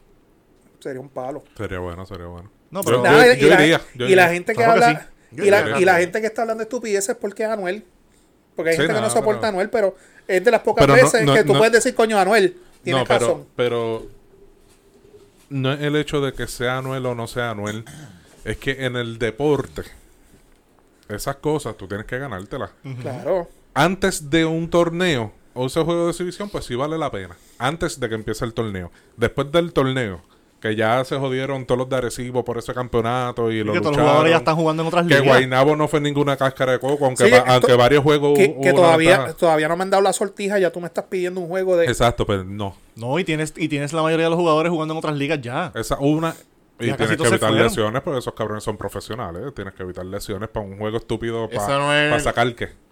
A: Sería un palo.
B: Sería bueno, sería bueno.
C: No, pero-
B: yo,
A: Nada,
B: yo-
A: y
B: yo
A: la-
B: iría, yo
A: y la
B: iría.
A: gente que
C: Claro que
A: habla.
D: sí. Yo
A: Y la,
D: diría
A: y la
D: que sí.
A: gente que está hablando estupideces es porque es Anuel. Porque hay
B: Sí,
A: gente que
B: nada,
A: no soporta
B: pero-
A: a Anuel, pero es de las pocas
B: Pero no-
A: veces
B: no-
A: que tú
B: no-
A: puedes decir, coño, Anuel, tienes
B: No, pero,
A: razón.
B: pero no es el hecho de que sea Anuel o no sea Anuel. Es que en el deporte, esas cosas tú tienes que ganártelas.
C: Mm.
A: Claro.
B: Antes de un torneo o ese juego de exhibición, pues sí vale la pena. Antes de que empiece el torneo. Después del torneo, que ya se jodieron todos los de Arecibo por ese campeonato y,
C: Y
B: lo
C: que todos los
B: lucharon.
C: jugadores ya están jugando en otras
B: Que
C: ligas.
B: Guainabo no fue ninguna cáscara de coco, aunque,
A: Sí,
B: va-
A: esto-
B: aunque varios juegos
A: que
B: hubo
A: que
B: una
A: todavía,
B: ventaja.
A: todavía no me han dado la sortija, ya tú me estás pidiendo un juego de.
B: Exacto, pero no.
C: No, y tienes, y tienes la mayoría de los jugadores jugando en otras ligas ya.
B: Esa una. Y tienes
C: Ya casi
B: que
C: todos se
B: evitar
C: fueron.
B: lesiones porque esos cabrones son profesionales. ¿eh? Tienes que evitar lesiones para un juego estúpido para
D: Eso no es-
B: sacar qué.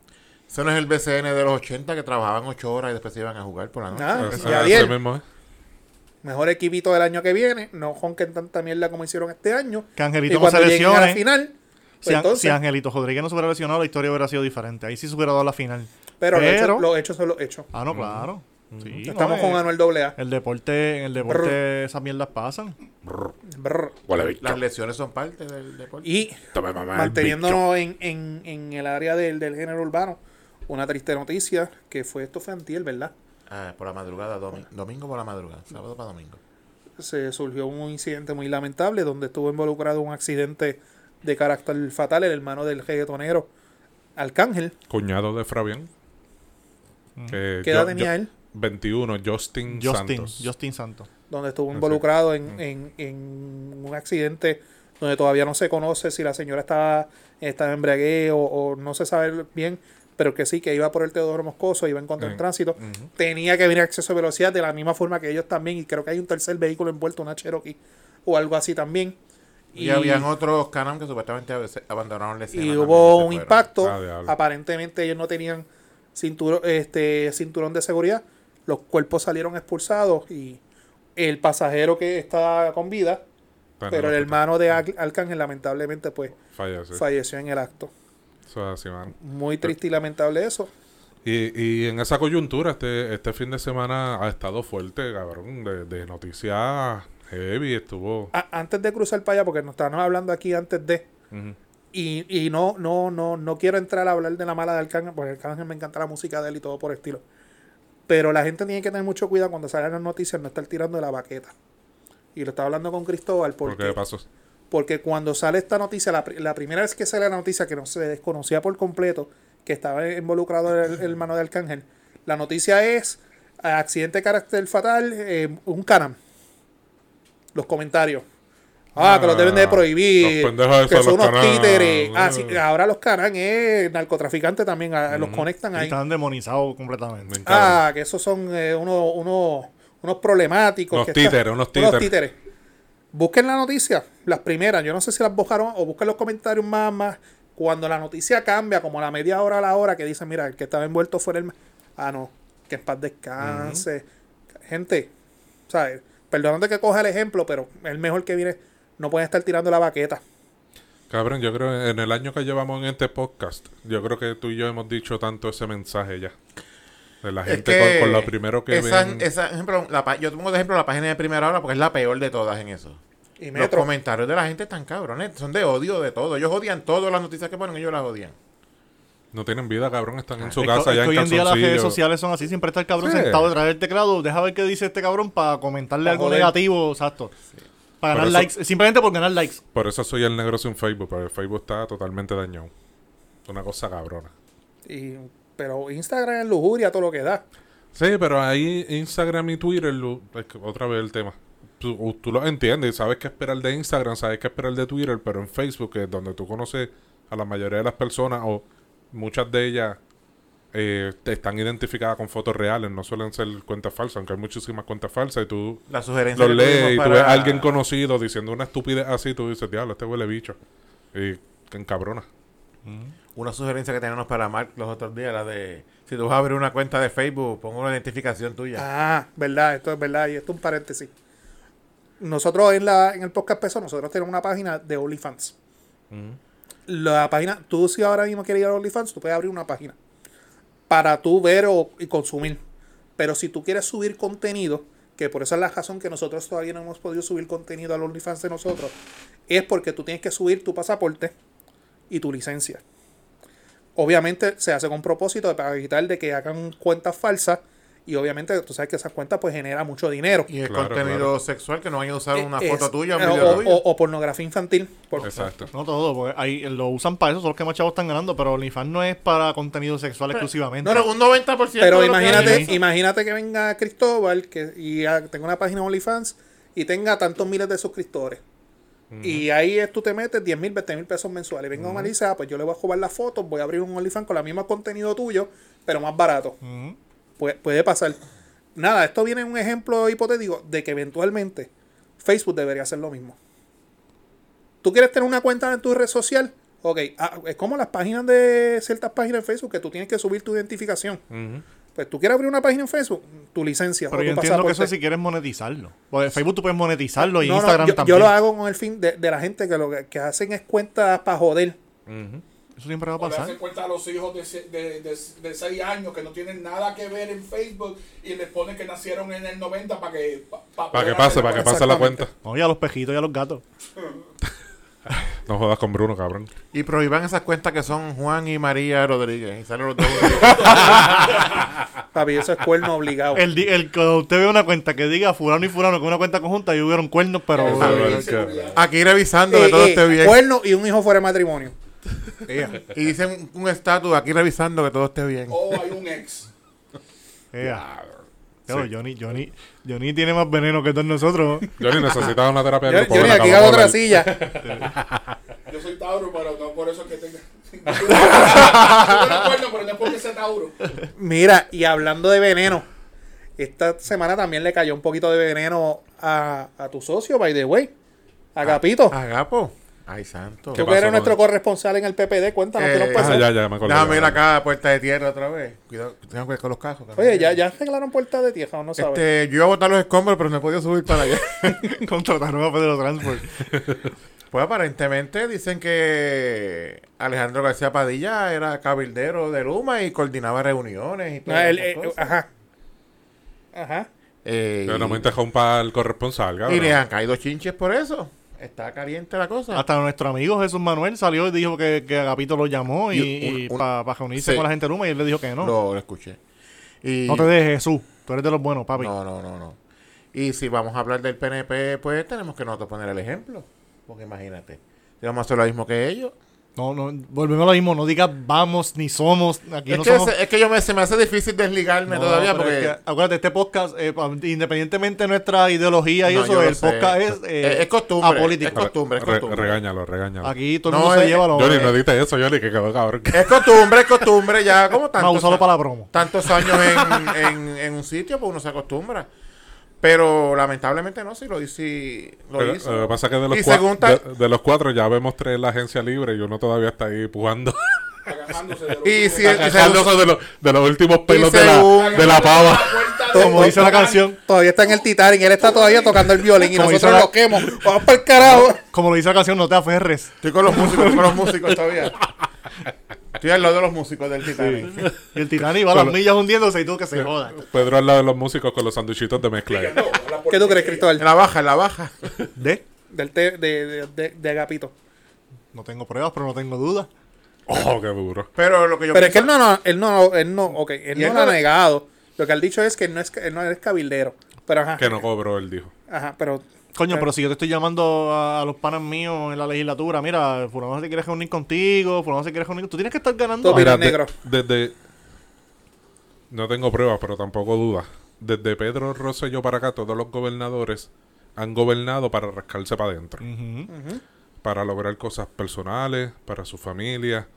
D: Eso no es el BCN de los 80 que trabajaban 8 horas y después se iban a jugar por la noche.
A: Ah,
B: Eso-
A: Yadiel,
B: eso mismo eh. es.
A: mejor equipito del año que viene. No jonquen tanta mierda como hicieron este año.
C: Que
A: Y
C: Angelito no
A: cuando
C: se
A: lleguen a la
C: lesione.
A: final, pues
C: Si, An-
A: entonces.
C: si Angelito Rodríguez no se hubiera lesionado, la historia hubiera sido diferente. Ahí sí se hubiera dado la final.
A: pero los
C: pero-
A: hechos lo hecho son los hechos.
C: Ah, no, claro. Sí, no,
A: Estamos
C: eh,
A: con Anuel AA.
C: El deporte, en el deporte esas mierdas pasan.
A: Brr.
D: Las lesiones son parte del deporte.
A: Y manteniéndonos en, en- en el área del, del género urbano, una triste noticia que fue esto fue antier, ¿verdad?
D: Ah, por la madrugada, domi- domingo por la madrugada, sábado para domingo.
A: Se surgió un incidente muy lamentable donde estuvo involucrado un accidente de carácter fatal el hermano del reggaetonero Arcángel.
B: Cuñado de Fabián. Que
A: ¿Qué
B: Eh, yo-
A: edad tenía
B: yo-
A: él?
B: 21, Justin,
C: Justin,
B: Santos.
C: Justin Santos.
A: Donde estuvo
B: sé.
A: involucrado
D: Mm.
A: en, en- en un accidente donde todavía no se conoce si la señora estaba, estaba embriaguez o, o no se sabe bien, pero que sí, que iba por el Teodoro Moscoso, iba en contra del
B: Eh,
A: tránsito.
B: ujú.
A: tenía que venir a exceso de velocidad de la misma forma que ellos también. Y creo que hay un tercer vehículo envuelto, una Cherokee o algo así también.
D: Y, habían otros canam que supuestamente ab- se- abandonaron la escena.
A: y
D: también,
A: hubo
D: se
A: un
D: fueron.
A: impacto.
B: Ah, diablo.
A: Aparentemente ellos no tenían cinturón, este, cinturón de seguridad. Los cuerpos salieron expulsados y el pasajero que está con vida,
B: Está en
A: pero el
B: hospital.
A: hermano de Ar- Arcángel lamentablemente pues
B: Falleció.
A: falleció en el acto.
B: Eso es así, mano.
A: Muy triste y lamentable eso.
B: Y, y en esa coyuntura, este, este fin de semana ha estado fuerte, cabrón, de, de noticias heavy. Estuvo.
A: A- antes de cruzar para allá, porque nos estábamos hablando aquí antes de...
B: Ujú.
A: Y, y no, no, no, no quiero entrar a hablar de la mala de Arcángel, porque Arcángel me encanta la música de él y todo por el estilo. Pero la gente tiene que tener mucho cuidado cuando salen las noticias, no estar tirando de la baqueta. Y lo estaba hablando con Cristóbal,
B: ¿Por
A: porque,
B: qué pasó?
A: porque cuando sale esta noticia, la, pri- la primera vez que sale la noticia que no se desconocía por completo, que estaba involucrado el, el hermano de Arcángel, la noticia es ah, accidente de carácter fatal, eh, un canam. Los comentarios. Ah, que los deben de prohibir.
B: los pendejos esos,
A: que son
B: los
A: unos
B: Canam.
A: títeres. Ah, sí, ahora los canan es narcotraficante también, ah, los conectan
C: Y
A: ahí.
C: Están demonizados completamente.
A: Ah, que esos son eh, unos, unos, unos problemáticos.
B: Unos
A: que
B: títeres, unos títeres.
A: títeres. Busquen la noticia, las primeras, yo no sé si las buscaron o busquen los comentarios más, más. Cuando la noticia cambia, como a la media hora a la hora, que dicen, mira, el que estaba envuelto fuera el. ma-". Ah, no, que en paz descanse. Gente, ¿sabes? Perdónate que coja el ejemplo, pero el mejor que viene no pueden estar tirando la baqueta.
B: Cabrón, yo creo en el año que llevamos en este podcast, yo creo que tú y yo hemos dicho tanto ese mensaje ya. De la
D: Es
B: gente
D: que
B: con, con lo primero que
D: esa-
B: ven.
D: esa- ejemplo, la pa- yo pongo de ejemplo la página de primera hora porque es la peor de todas en eso.
A: Y
D: Los
A: Metro,
D: comentarios de la gente están cabrones, son de odio de todo. Ellos odian todas las noticias que ponen, ellos las odian.
B: No tienen vida, cabrón, están en su
C: Es que-
B: casa
C: es
B: ya
C: que
B: en
C: hoy en día las redes
B: calzoncillos.
C: sociales son así, siempre está el cabrón
B: Sí.
C: sentado detrás del teclado, deja ver qué dice este cabrón para comentarle
A: Pa'
C: algo
A: joder.
C: negativo, exacto. Para ganar
B: Pero eso-
C: likes, simplemente por ganar likes.
B: Por eso soy el negro sin Facebook, porque Facebook está totalmente dañado. Una cosa cabrona.
A: y- pero Instagram es lujuria, todo lo que da.
B: Sí, pero ahí Instagram y Twitter, lo- es que otra vez el tema. Tú, tú lo entiendes, sabes qué esperar de Instagram, sabes qué esperar de Twitter, pero en Facebook, que es donde tú conoces a la mayoría de las personas o muchas de ellas eh, te- están identificadas con fotos reales, no suelen ser cuentas falsas, aunque hay muchísimas cuentas falsas y tú
D: La sugerencia
B: los
D: que tuvimos
B: lees y tú
D: para-
B: ves a alguien conocido diciendo una estupidez así, tú dices, diablo, este huele bicho. Y que encabrona.
D: Una sugerencia que teníamos para Mark los otros días, la de si tú vas a abrir una cuenta de Facebook, pon una identificación tuya.
A: Ah, verdad, esto es verdad, y esto es un paréntesis. Nosotros en, la, en el podcast Peso, nosotros tenemos una página de OnlyFans. La página, tú si ahora mismo quieres ir a OnlyFans, tú puedes abrir una página para tú ver o, y consumir. Pero si tú quieres subir contenido, que por esa es la razón que nosotros todavía no hemos podido subir contenido al OnlyFans de nosotros, es porque tú tienes que subir tu pasaporte y tu licencia. Obviamente se hace con propósito de- para evitar de que hagan cuentas falsas y obviamente tú sabes que esas cuentas pues genera mucho dinero.
D: y el
B: Claro,
D: contenido
B: claro.
D: sexual que no vayan a usar una
A: Eh, Es-
D: foto tuya, un
A: o-
D: video
A: o,
D: tuyo.
A: o pornografía infantil. por-
B: Exacto.
C: No todo, porque ahí lo usan para eso, son los que más chavos están ganando, pero OnlyFans no es para contenido sexual exclusivamente.
D: No, no, un 90%
A: Pero
D: de lo que
A: imagínate,
D: hay.
A: imagínate que venga Cristóbal que, y ah, tenga una página OnlyFans y tenga tantos miles de suscriptores. Y ahí es, tú te metes 10 mil, 20 mil pesos mensuales. Venga Omar y dice, ah, pues yo le voy a jugar las fotos, voy a abrir un OnlyFans con el mismo contenido tuyo, pero más barato.
C: Ujú.
A: Puede, puede pasar. Nada, esto viene en un ejemplo hipotético de que eventualmente Facebook debería hacer lo mismo. ¿Tú quieres tener una cuenta en tu red social? Ok, ah, es como las páginas de ciertas páginas en Facebook que tú tienes que subir tu identificación.
B: Ujú.
A: Pues tú quieres abrir una página en Facebook, tu licencia
C: Pero
A: o
C: yo
A: tu
C: entiendo que eso
A: pasaporte.
C: es si quieres monetizarlo. Porque Facebook tú puedes monetizarlo y
A: No, no,
C: Instagram
A: yo, yo
C: también.
A: lo hago con el fin de, de la gente que lo que, que hacen es cuentas para joder.
C: Eso siempre va a
E: O le
C: pasar.
E: hacen cuenta a los hijos de, se- de, 6 años que no tienen nada que ver en Facebook y les ponen que nacieron en el 90 para que, pa- pa
B: Para que
E: poder
B: pase,
E: hacer-
B: para que pase la
A: Exactamente.
B: cuenta.
C: Oye, a los pejitos y a los gatos.
B: No jodas con Bruno, cabrón.
D: Y prohíban esas cuentas que son Juan y María Rodríguez. Y salen los dos.
A: Papi, eso es cuerno obligado. Eh,
C: El, di- el que usted ve una cuenta que diga fulano y fulano que es una cuenta conjunta y hubieron cuernos, pero...
E: Eso
B: Pero,
E: es
B: es que-
E: inseguridad.
D: Aquí revisando
A: Eh,
D: que todo
A: eh,
C: este
D: esté bien.
A: cuerno y un hijo fuera de matrimonio.
D: Ella. Y dicen un estatus aquí revisando que todo esté bien.
A: Oh.
E: O hay un ex.
C: Ea. Claro, eh, ah. Johnny, Johnny, Johnny tiene más veneno que todos nosotros.
B: Yo ni necesitaba una terapia de
A: Yo,
B: grupo,
A: yo ni
B: ven acá,
A: aquí hago
B: vamos
A: otra
B: a hablar.
A: silla.
E: Yo soy Tauro, pero no por eso es que tenga. Yo no acuerdo, pero no es porque sea Tauro.
A: Mira, y hablando de veneno, esta semana también le cayó un poquito de veneno a, a tu socio, by the way. A Capito.
D: Agapo. Ah, Ay, santo.
A: Tú
B: Ah, ¿Qué
A: que eres
B: pasó con
A: nuestro
B: él?
A: corresponsal en el PPD, cuéntanos qué nos
D: Eh,
A: pasó.
B: Ah, ya, ya, me acordé.
D: Déjame ir
B: ya.
D: acá a puerta de tierra otra vez. Cuidado, tengan cuidado con los cajos. cabrón.
A: Oye, ya, ya arreglaron puertas de tierra, ¿o no sabes.
D: Este, yo iba a botar los escombros, pero no he podido subir para allá.
C: Contrataron a Pedro Transport.
D: Pues aparentemente dicen que Alejandro García Padilla era cabildero de Luma y coordinaba reuniones y todo.
A: No, él, eh, ajá. Ajá.
D: Eh,
B: Pero no me interrumpa el corresponsal,
D: y
B: cabrón.
D: le han caído chinches por eso. Está caliente la cosa.
C: Hasta nuestro amigo Jesús Manuel salió y dijo que, que Agapito lo llamó y,
D: Y un- un-
C: para reunirse
D: sí.
C: con la gente de Luma y él le dijo que no.
D: Lo, lo escuché. Y
C: No te dejes, Jesús. Tú eres de los buenos, papi.
D: No, no, no, no. Y si vamos a hablar del PNP, pues tenemos que nosotros poner el ejemplo. Porque imagínate, si vamos a hacer lo mismo que ellos.
C: No, no, volvemos a lo mismo. No digas vamos ni somos. Aquí
D: Es,
C: no
D: que
C: somos.
D: se- es que yo me, se me hace difícil desligarme
C: No,
D: todavía
C: pero
D: porque...
C: es que, acuérdate, este podcast, eh, pa- independientemente de nuestra ideología y
D: No, yo
C: eso,
D: lo
C: el
D: sé.
C: podcast es. eh,
D: Es- es costumbre,
C: apolítico.
D: es costumbre, es
B: Re-
D: costumbre.
B: regáñalo, regáñalo.
C: Aquí todo el
D: No,
C: mundo se
D: es-
C: lleva lo eh,
B: Johnny, no edite eso, Johnny, que quedó cabrón.
D: Es costumbre, es costumbre, ya como
C: No,
D: tantos,
C: usalo para la promo.
D: tantos años en, en- en un sitio, pues uno se acostumbra. Pero lamentablemente no, si lo, si lo
B: Pero,
D: hizo.
B: lo que pasa es que de los,
D: y
B: cua-
D: según tal-
B: de- de los cuatro ya vemos tres en la agencia libre y uno todavía está ahí pujando.
E: Agajándose de los
D: Y
E: últimos-
D: si el-
B: Agarrándose de, los- de los últimos pelos de la,
D: según-
B: de la pava.
E: puerta de-
C: Como dice la canción,
A: Todavía está en el Titanic, él está todavía tocando el violín y
C: Como
A: nosotros
C: hizo la-
A: lo quemo. Vamos para el carajo.
C: como lo dice la canción, no te aferres.
D: Estoy con los músicos, estoy con los músicos todavía. Estoy al lado de los músicos del Titanic.
C: Y el Titanic va a las millas hundiéndose y tú que se joda.
B: Pedro al lado de los músicos con los sanduchitos de mezcla. ahí.
E: No, la
A: ¿Qué tú crees,
E: porquería.
D: En
A: Cristóbal?
D: la baja, en la baja.
C: ¿De?
A: Del té- de, de, de, de Agapito.
C: No tengo pruebas, pero no tengo dudas.
B: Oh, qué duro.
D: Pero lo que yo
A: Pero es que él
D: pienso-
A: no, no, él no, él no, ok, él
D: Y
A: no
D: él
A: lo ha
D: no-
A: negado. Lo que él dicho es que él no es, él no es cabildero. Pero ajá,
B: Que no cobró, él dijo.
A: ajá, pero
C: Coño, pero si yo te estoy llamando a, a los panas míos en la legislatura, mira, fulano se quiere reunir contigo, fulano se quiere reunir Tú tienes que estar ganando.
A: Todo bien.
B: Mira,
A: Pino
B: de-
A: negro.
B: desde. No tengo pruebas, pero tampoco dudas. Desde Pedro Rosselló para acá, todos los gobernadores han gobernado para rascarse para adentro.
C: Ujú.
B: Para lograr cosas personales, para su familia.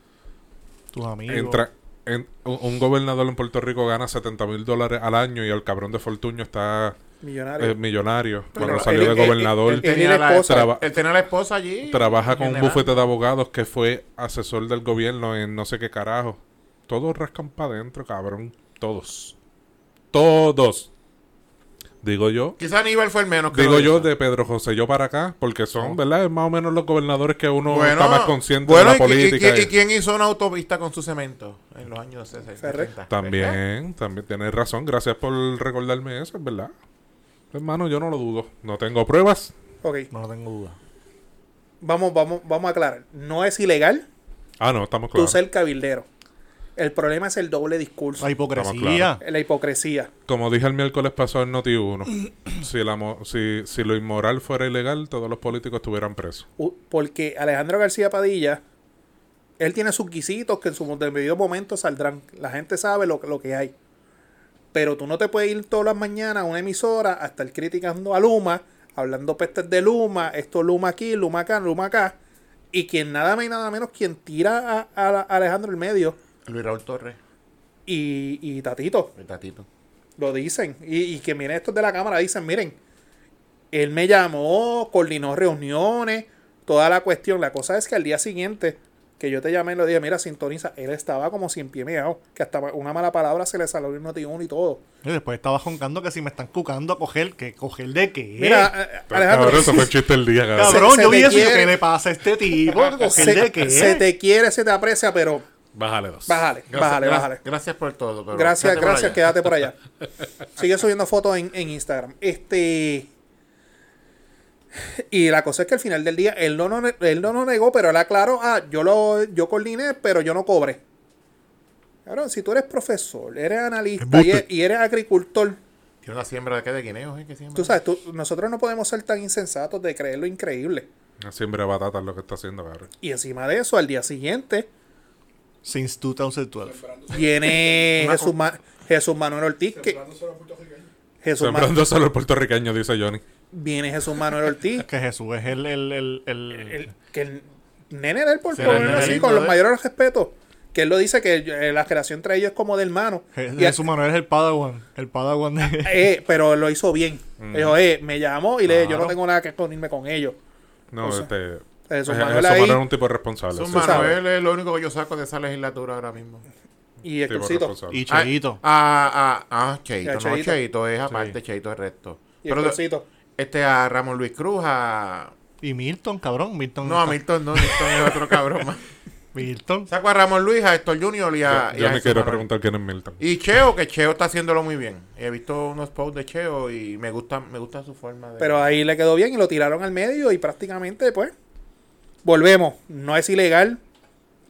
C: Tus amigos.
B: Entra, en- un, un gobernador en Puerto Rico gana 70 mil dólares al año y el cabrón de Fortuño está
A: millonario.
B: eh, millonario. Cuando
A: él-
B: salió
A: él-
B: de
A: él-
B: gobernador.
A: él- él-
D: tenía
A: Él y la esposa.
B: traba-
D: él tenía la esposa allí.
B: Trabaja con un
D: General.
B: bufete de abogados que fue asesor del gobierno en no sé qué carajo. Todos rascan para adentro, cabrón. Todos. Todos. Digo yo.
D: Quizá Aníbal fue el menos que
B: Digo
D: lo
B: yo
D: hizo.
B: de Pedro José yo para acá, porque son, ¿verdad? Es más o menos los gobernadores que uno
D: Bueno,
B: está más consciente
D: bueno,
B: de la
D: y- y-
B: política.
D: Y,
B: y-
D: y quién hizo una autopista con su cemento en los años 60?
A: Ferrer.
D: 70?
B: También, también tienes razón. Gracias por recordarme eso, es verdad. Hermano, yo no lo dudo. No tengo pruebas.
A: Ok,
C: No, no tengo dudas.
A: vamos, vamos, vamos a aclarar. No es ilegal
B: Ah, no, estamos
A: tú
B: claros.
A: ser cabildero. El problema es el doble discurso,
C: La hipocresía.
A: la hipocresía.
B: Como dije el miércoles pasado en Noti 1, si, la mo- si, si lo inmoral fuera ilegal, todos los políticos estuvieran presos.
A: U- Porque Alejandro García Padilla, él tiene sus guisitos que en su debido momento saldrán. La gente sabe lo, lo que hay. Pero tú no te puedes ir todas las mañanas a una emisora a estar criticando a Luma, hablando pestes de Luma, esto Luma aquí, Luma acá, Luma acá. Y quien nada más y nada menos, quien tira a, a- a Alejandro el medio
D: Luis Raúl Torres,
A: y, y Tatito,
D: el tatito.
A: lo dicen. Y, y que miren estos de la cámara, dicen, miren, él me llamó, coordinó reuniones, toda la cuestión. La cosa es que al día siguiente que yo te llamé y lo dije, mira, sintoniza, él estaba como sin pie meado, que hasta una mala palabra se le salió el noti uno y todo.
C: Y después estaba joncando que si me están cucando a coger, que coger de qué.
A: Mira, eh, Alejandro,
B: Cabrón, eso fue el chiste del día, cabrón.
C: Cabrón,
A: se- se
C: yo vi
A: te
C: eso y yo,
A: quiere.
C: ¿qué le pasa a este tipo? ¿Que ¿Coger de
A: se,
C: qué?
A: se te quiere, se te aprecia, pero
B: Bájale dos.
A: bájale, bájale,
D: gra-
A: bájale.
D: Gracias por todo. pero
A: Gracias,
D: quédate por
A: gracias,
D: allá.
A: quédate por allá. Sigue subiendo fotos en, en Instagram. Este. Y la cosa es que al final del día él no, no- él no lo negó, pero él aclaró, ah, yo lo yo coordiné, pero yo no cobré. Cabrón, si tú eres profesor, eres analista y,
B: Embuste.
A: e- y eres agricultor,
D: Tiene una siembra de qué de guineos, ¿eh? ¿Qué siembra?
A: tú sabes, tú- nosotros no podemos ser tan insensatos de creer lo increíble.
B: Siempre batata es lo que está haciendo, cabrón.
A: Y encima de eso, al día siguiente,
C: Since 2012.
A: viene Jesús, Ma- Jesús Manuel Ortiz, que
E: Sembrándose los puertorriqueños.
A: Jesús Ma-
B: Sembrando solo el puertorriqueño, dice Johnny.
A: viene Jesús Manuel Ortiz,
C: Que Jesús es el. el, el, el-
A: el- que el nene de él, por
D: Será el
A: ponerlo
D: nene
A: así,
D: lindo
A: con los
D: de él.
A: mayores respetos, que él lo dice que eh, la relación entre ellos es como de hermano.
C: Je-
A: Y-
C: Jesús Manuel es el Padawan. El Padawan de.
A: eh, pero lo hizo bien. Dijo, eh, me llamó y le dije, yo no
C: Claro.
A: tengo nada que unirme con ellos. Eh,
B: No,
A: O sea,
B: este.
A: Jesús
B: Je-
A: Manuel
B: Jesús
A: ahí.
B: Manuel es un tipo responsable.
D: Jesús
B: sí,
D: Manuel
B: sabe.
D: es lo único que yo saco de esa legislatura ahora mismo.
A: Y
B: Tipo
A: Estorcito.
B: responsable.
C: Y Cheito.
D: Ah, ah, ah, Cheito,
A: Ya,
D: no,
A: Cheito.
D: Cheito. es aparte, Cheito es resto.
A: Y
D: Pero de-
A: Estorcito.
D: este a Ramón Luis Cruz, a...
C: Y Milton, cabrón. Milton.
D: No, a
C: está-
D: Milton no, Milton es otro cabrón más.
C: Milton.
D: Saco a Ramón Luis, a Héctor Junior y a... y
B: Yo
D: a
B: me
D: Jesús
B: quiero
D: Manuel.
B: preguntar quién es Milton.
D: Y Cheo, que Cheo está haciéndolo muy bien. He visto unos posts de Cheo y me gusta, me gusta su forma de...
A: Pero ahí le quedó bien y lo tiraron al medio y prácticamente, pues, volvemos. No es ilegal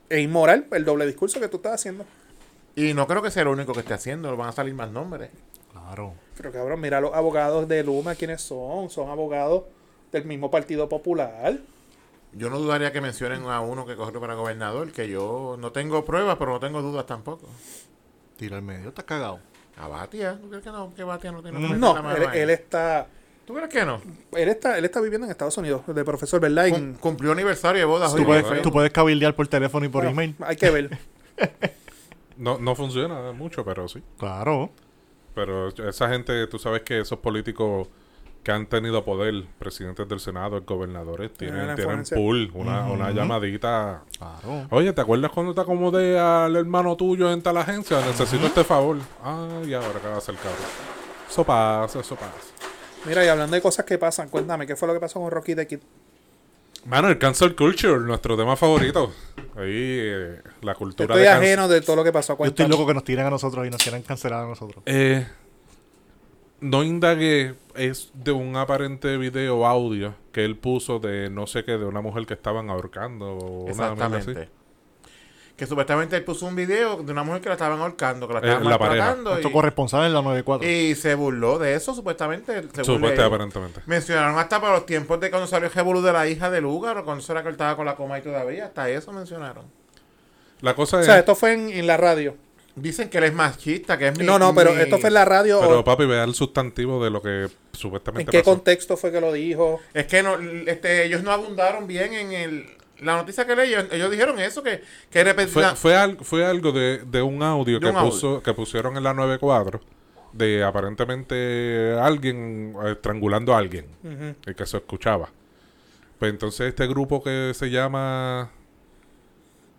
A: e inmoral el doble discurso que tú estás haciendo.
D: Y no creo que sea lo único que esté haciendo, van a salir más nombres.
C: Claro.
A: Pero cabrón, mira los abogados de Luma, ¿quiénes son? Son abogados del mismo Partido Popular.
D: Yo no dudaría que mencionen a uno que cogió para gobernador, que yo no tengo pruebas, pero no tengo dudas tampoco.
C: Tira al medio, estás cagado.
D: A Batia, ¿tú crees que no? Que Batia no
B: Mm.
D: tiene nada que
A: No,
D: reclamar
A: él,
D: ahí?
A: él está,
D: ¿Tú crees que no?
A: él está, él está viviendo en Estados Unidos, de profesor, ¿verdad?
D: Cum-
A: En-
D: cumplió aniversario de bodas
C: Tú
D: hoy.
C: puedes,
D: ¿verdad?
C: tú puedes cabildear por teléfono y por
A: bueno,
C: email.
A: hay que ver.
B: No, no funciona mucho, pero sí.
C: Claro.
B: Pero esa gente, tú sabes que esos políticos que han tenido poder, presidentes del Senado, gobernadores, tienen,
A: una
B: tienen
A: influencia.
B: pool, una, una llamadita.
C: Claro.
B: Oye, ¿te acuerdas cuando te acomodé al hermano tuyo en tal agencia? Necesito este favor. Ay, ahora qué va a hacer, cabrón. Eso pasa, eso pasa.
A: Mira, y hablando de cosas que pasan, cuéntame, ¿qué fue lo que pasó con Rocky the Kid?
B: Mano, el cancel culture, nuestro tema favorito. Ahí, eh, la cultura
A: Estoy
B: de can-
A: ajeno de todo lo que pasó.
C: Yo estoy
A: Cuéntame.
C: loco que nos tiren a nosotros y nos quieran cancelar a nosotros.
B: Eh, no indagué, es de un aparente video o audio que él puso de no sé qué, de una mujer que estaban ahorcando o una mierda así.
D: Exactamente. Que supuestamente él puso un video de una mujer que la estaban ahorcando, que la
B: Eh,
D: estaban
B: la pareja.
D: maltratando.
C: Nuestro
D: Y,
C: corresponsal en la 94.
D: y se burló de eso, supuestamente. según
B: Supuestamente,
D: leí.
B: aparentemente.
D: Mencionaron hasta para los tiempos de cuando salió el revolú de la hija de Lugar, o cuando se la cortaba con la coma y todavía, hasta eso mencionaron.
B: La cosa
A: O
B: es.
A: sea, esto fue en, en la radio.
D: Dicen que él es machista, que es mi-
A: No, no, pero
D: mi-
A: esto fue en la radio.
B: pero
A: o
B: papi, vea el sustantivo de lo que
A: ¿En
B: supuestamente
A: qué
B: pasó.
A: contexto fue que lo dijo?
D: Es que no, este, ellos no abundaron bien en el, la noticia que leí. Ellos, ellos dijeron eso, que, que repet-
B: Fue,
D: la-
B: fue, al- fue algo de, de un audio,
D: De
B: que,
D: un audio.
B: Puso, que pusieron en la 94 de aparentemente alguien eh, estrangulando a alguien, el que se escuchaba. Pues entonces este grupo que se llama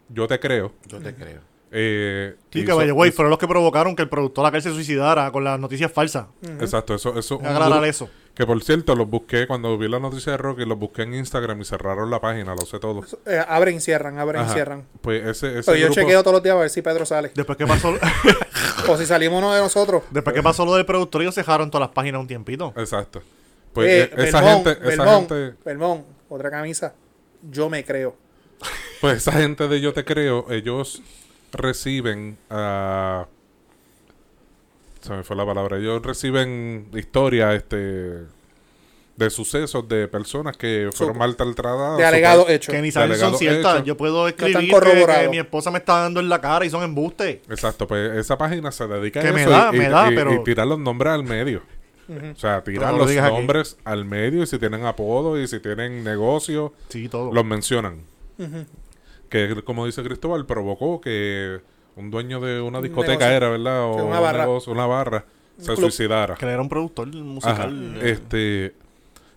B: Yo Te Creo.
D: Yo te creo.
B: Eh,
C: Sí, que
B: hizo-
C: vaya, güey, fueron los que provocaron que el productor acá se suicidara con las noticias falsas. Hay
B: Exacto, eso, eso
C: que
B: un
C: aclarar
B: grupo-
C: eso.
B: Que por cierto, los busqué cuando vi la noticia de Rocky, los busqué en Instagram y cerraron la página, lo sé todo.
A: Eh, abren y cierran, abren
B: Ajá.
A: y cierran.
B: Pues ese, ese
A: Pero yo
B: grupo-
A: chequeo todos los días a ver si Pedro sale.
C: Después que pasó,
A: O si salimos uno de nosotros.
C: después que pasó lo del productor, ellos cejaron todas las páginas un tiempito.
B: Exacto. Pues
A: Eh,
B: eh, esa
A: Belmont,
B: gente, esa
A: Belmont,
B: gente,
A: Belmont, otra camisa. Yo me creo.
B: pues esa gente de Yo Te Creo, ellos reciben ah, se me fue la palabra, ellos reciben historia, este de sucesos de personas que fueron maltratadas.
A: De alegado eh.
B: Ah, super-
A: hecho.
C: Que ni saben si son
B: Delegado
C: ciertas.
B: hecho.
C: Yo puedo escribir que,
A: corroborado.
C: que mi esposa me está dando en la cara y son embustes.
B: Exacto, pues esa página se dedica
C: Que
B: a
C: me
B: eso
C: da,
B: y,
C: me da,
B: y-
C: pero-
B: y tirar los nombres al medio. O sea, tirar
C: no lo
B: los
C: digas aquí.
B: nombres al medio y si tienen apodos y si tienen negocio,
C: Sí, todo.
B: los mencionan. Que como dice Cristóbal, provocó que un dueño de una discoteca
A: negocio.
B: era, ¿verdad? O
A: Sí, una
B: un
A: barra.
B: negocio, una barra, se
A: club.
B: suicidara.
C: Que era un productor
B: Ajá.
C: musical. eh,
B: Este,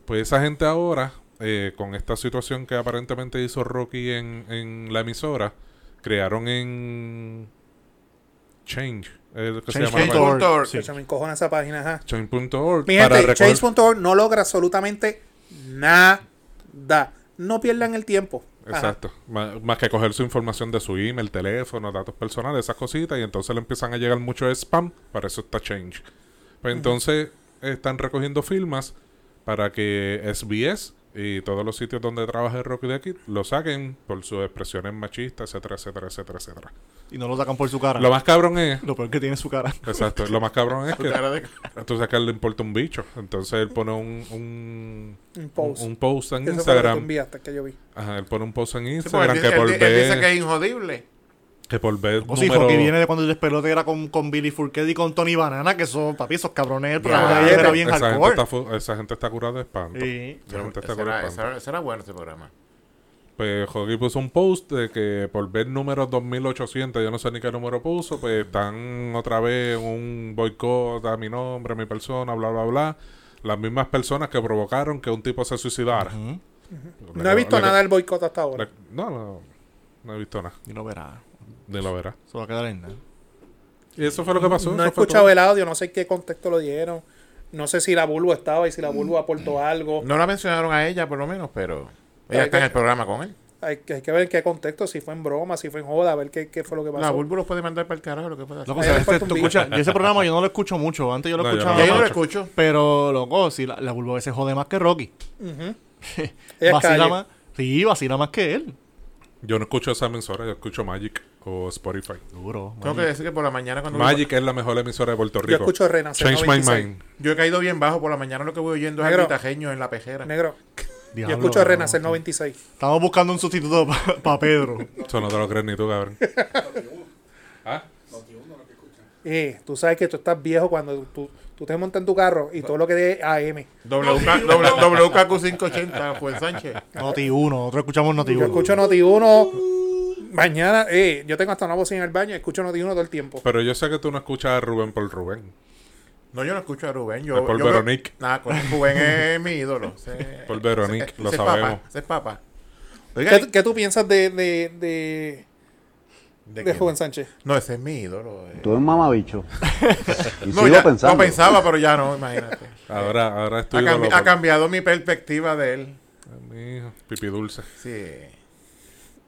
B: pues esa gente ahora, eh, con esta situación que aparentemente hizo Rocky en, en la emisora, crearon en Change, eh, lo que se
C: Change.org.
B: llamaba-
C: Sí.
A: Chacho, me encojona esa página. Ajá.
B: Change.org
A: Mi
B: para
A: gente,
B: recor-
A: Change.org no logra absolutamente nada. No pierdan el tiempo. Ajá.
B: Exacto. Ma- Más, que coger su información de su email, teléfono, datos personales, esas cositas, y entonces le empiezan a llegar mucho spam, para eso está Change. Pues entonces están recogiendo firmas para que SBS y todos los sitios donde trabaja el Rocky de Kid lo saquen por sus expresiones machistas, etcétera, etcétera, etcétera, etcétera.
C: Y no lo sacan por su cara.
B: Lo
C: Lo,
B: más cabrón es,
C: peor que tiene es su cara.
B: exacto, lo más cabrón es que
D: Cara de-
B: tú sabes que a él le importa un bicho. Entonces él pone un, un,
A: Un post.
B: un post
A: Eso fue
B: en
A: lo que tú
B: Instagram.
A: enviaste, que yo vi.
B: Ajá, él pone un post en
D: Sí, porque
B: Instagram
D: él,
B: que
D: dice-
B: por
D: él- él dice
B: ver...
D: que es injodible.
B: Que por
A: Pues
B: ver
C: O Pues sí,
B: número-
C: Rocky viene de cuando el despelote era con, con Billy Fourcade y con Tony Banana, que son, papi, esos cabrones. El programa de ellos era bien
B: Ah, esa Gente
C: hardcore.
B: está, fu- esa gente está curada de espanto.
C: Sí.
B: Esa gente está
D: Ese
B: curada de
D: era, ese
B: espanto.
D: era- ese era bueno ese programa.
B: Pues Jogi puso un post de que por ver números 2800, yo no sé ni qué número puso, pues están otra vez en un boicot a mi nombre, a mi persona, bla, bla, bla. Las mismas personas que provocaron que un tipo se suicidara. Le-
A: No he visto
B: le-
A: nada del boicot hasta ahora.
B: le- no, no, no he visto nada.
C: Y no verá.
B: Ni lo verás.
C: Eso va a quedar en nada.
B: Y eso fue lo que pasó.
A: No he
B: eso fue
A: escuchado
B: todo.
A: el audio, no sé en qué contexto lo dieron. No sé si la Bulbo estaba y si la Bulbo
B: Mm.
A: aportó algo.
D: No la mencionaron a ella, por lo menos, pero
A: Ay,
D: ella está en
A: que-
D: el programa con él.
A: Hay, que- hay que ver en qué contexto, si fue en broma, si fue en joda, a ver qué, qué fue lo que pasó.
D: La Bulbo los puede mandar para el carajo, lo que pueda hacer.
C: Loco,
A: Ahí
C: o sea,
A: le
C: este-
A: falta un
C: tú
A: bicho.
C: escuchas- yo ese programa yo no lo escucho mucho. Antes yo lo
B: No, yo no
C: escuchaba.
B: lo
D: Ya yo no lo
C: más,
D: escucho.
C: pero, loco, si la, la Bulbo a veces jode más que Rocky.
A: Ella es
C: vacila
A: calle.
C: más. Sí, vacila más que él.
B: Yo no escucho esa emisora, yo escucho Magic o Spotify.
C: Duro.
D: Tengo que decir que por la mañana cuando...
B: Magic es la mejor emisora de Puerto Rico.
A: Yo escucho Renacer
B: Change my
A: 96.
B: mind.
D: Yo he caído bien bajo, por la mañana lo que voy oyendo es
A: Negro.
D: el guitajeño en la pejera.
A: Negro,
C: Diablo,
A: yo escucho
C: cabrón.
A: Renacer 96.
C: Estamos buscando un sustituto para Pedro.
B: Eso no te lo crees ni tú, cabrón. ¿Ah?
A: Eh, tú sabes que tú estás viejo cuando tú, tú te montas en tu carro y todo lo que es AM.
D: WK- W- WKQ 580, Juan Sánchez.
C: Noti 1. Nosotros escuchamos Noti
A: Yo
C: 1.
A: escucho Noti1 mañana. Eh, yo tengo hasta una bocina en el baño y escucho Noti1 todo el tiempo.
B: Pero yo sé que tú no escuchas a Rubén por Rubén.
D: No, yo no escucho a Rubén. Yo,
B: Es por
D: yo creo-
B: Veronique.
D: Nada, con- Rubén es mi ídolo. Ese-
B: Por Veronique,
D: ese-
B: lo
D: ese es
B: sabemos.
D: Papa, ese es papá.
A: ¿Qué, qué tú piensas de, de, de,
D: ¿De
A: de
D: quién?
A: Rubén Sánchez?
D: No, ese es mi ídolo. eh.
F: Tú eres un mamabicho. Y
D: No,
F: sigo
D: ya,
F: pensando.
D: lo pensaba, pero ya no, imagínate.
B: Ahora, ahora estoy.
D: Ha, cambi- ha cambiado mi perspectiva de él.
B: pipi dulce.
D: Sí.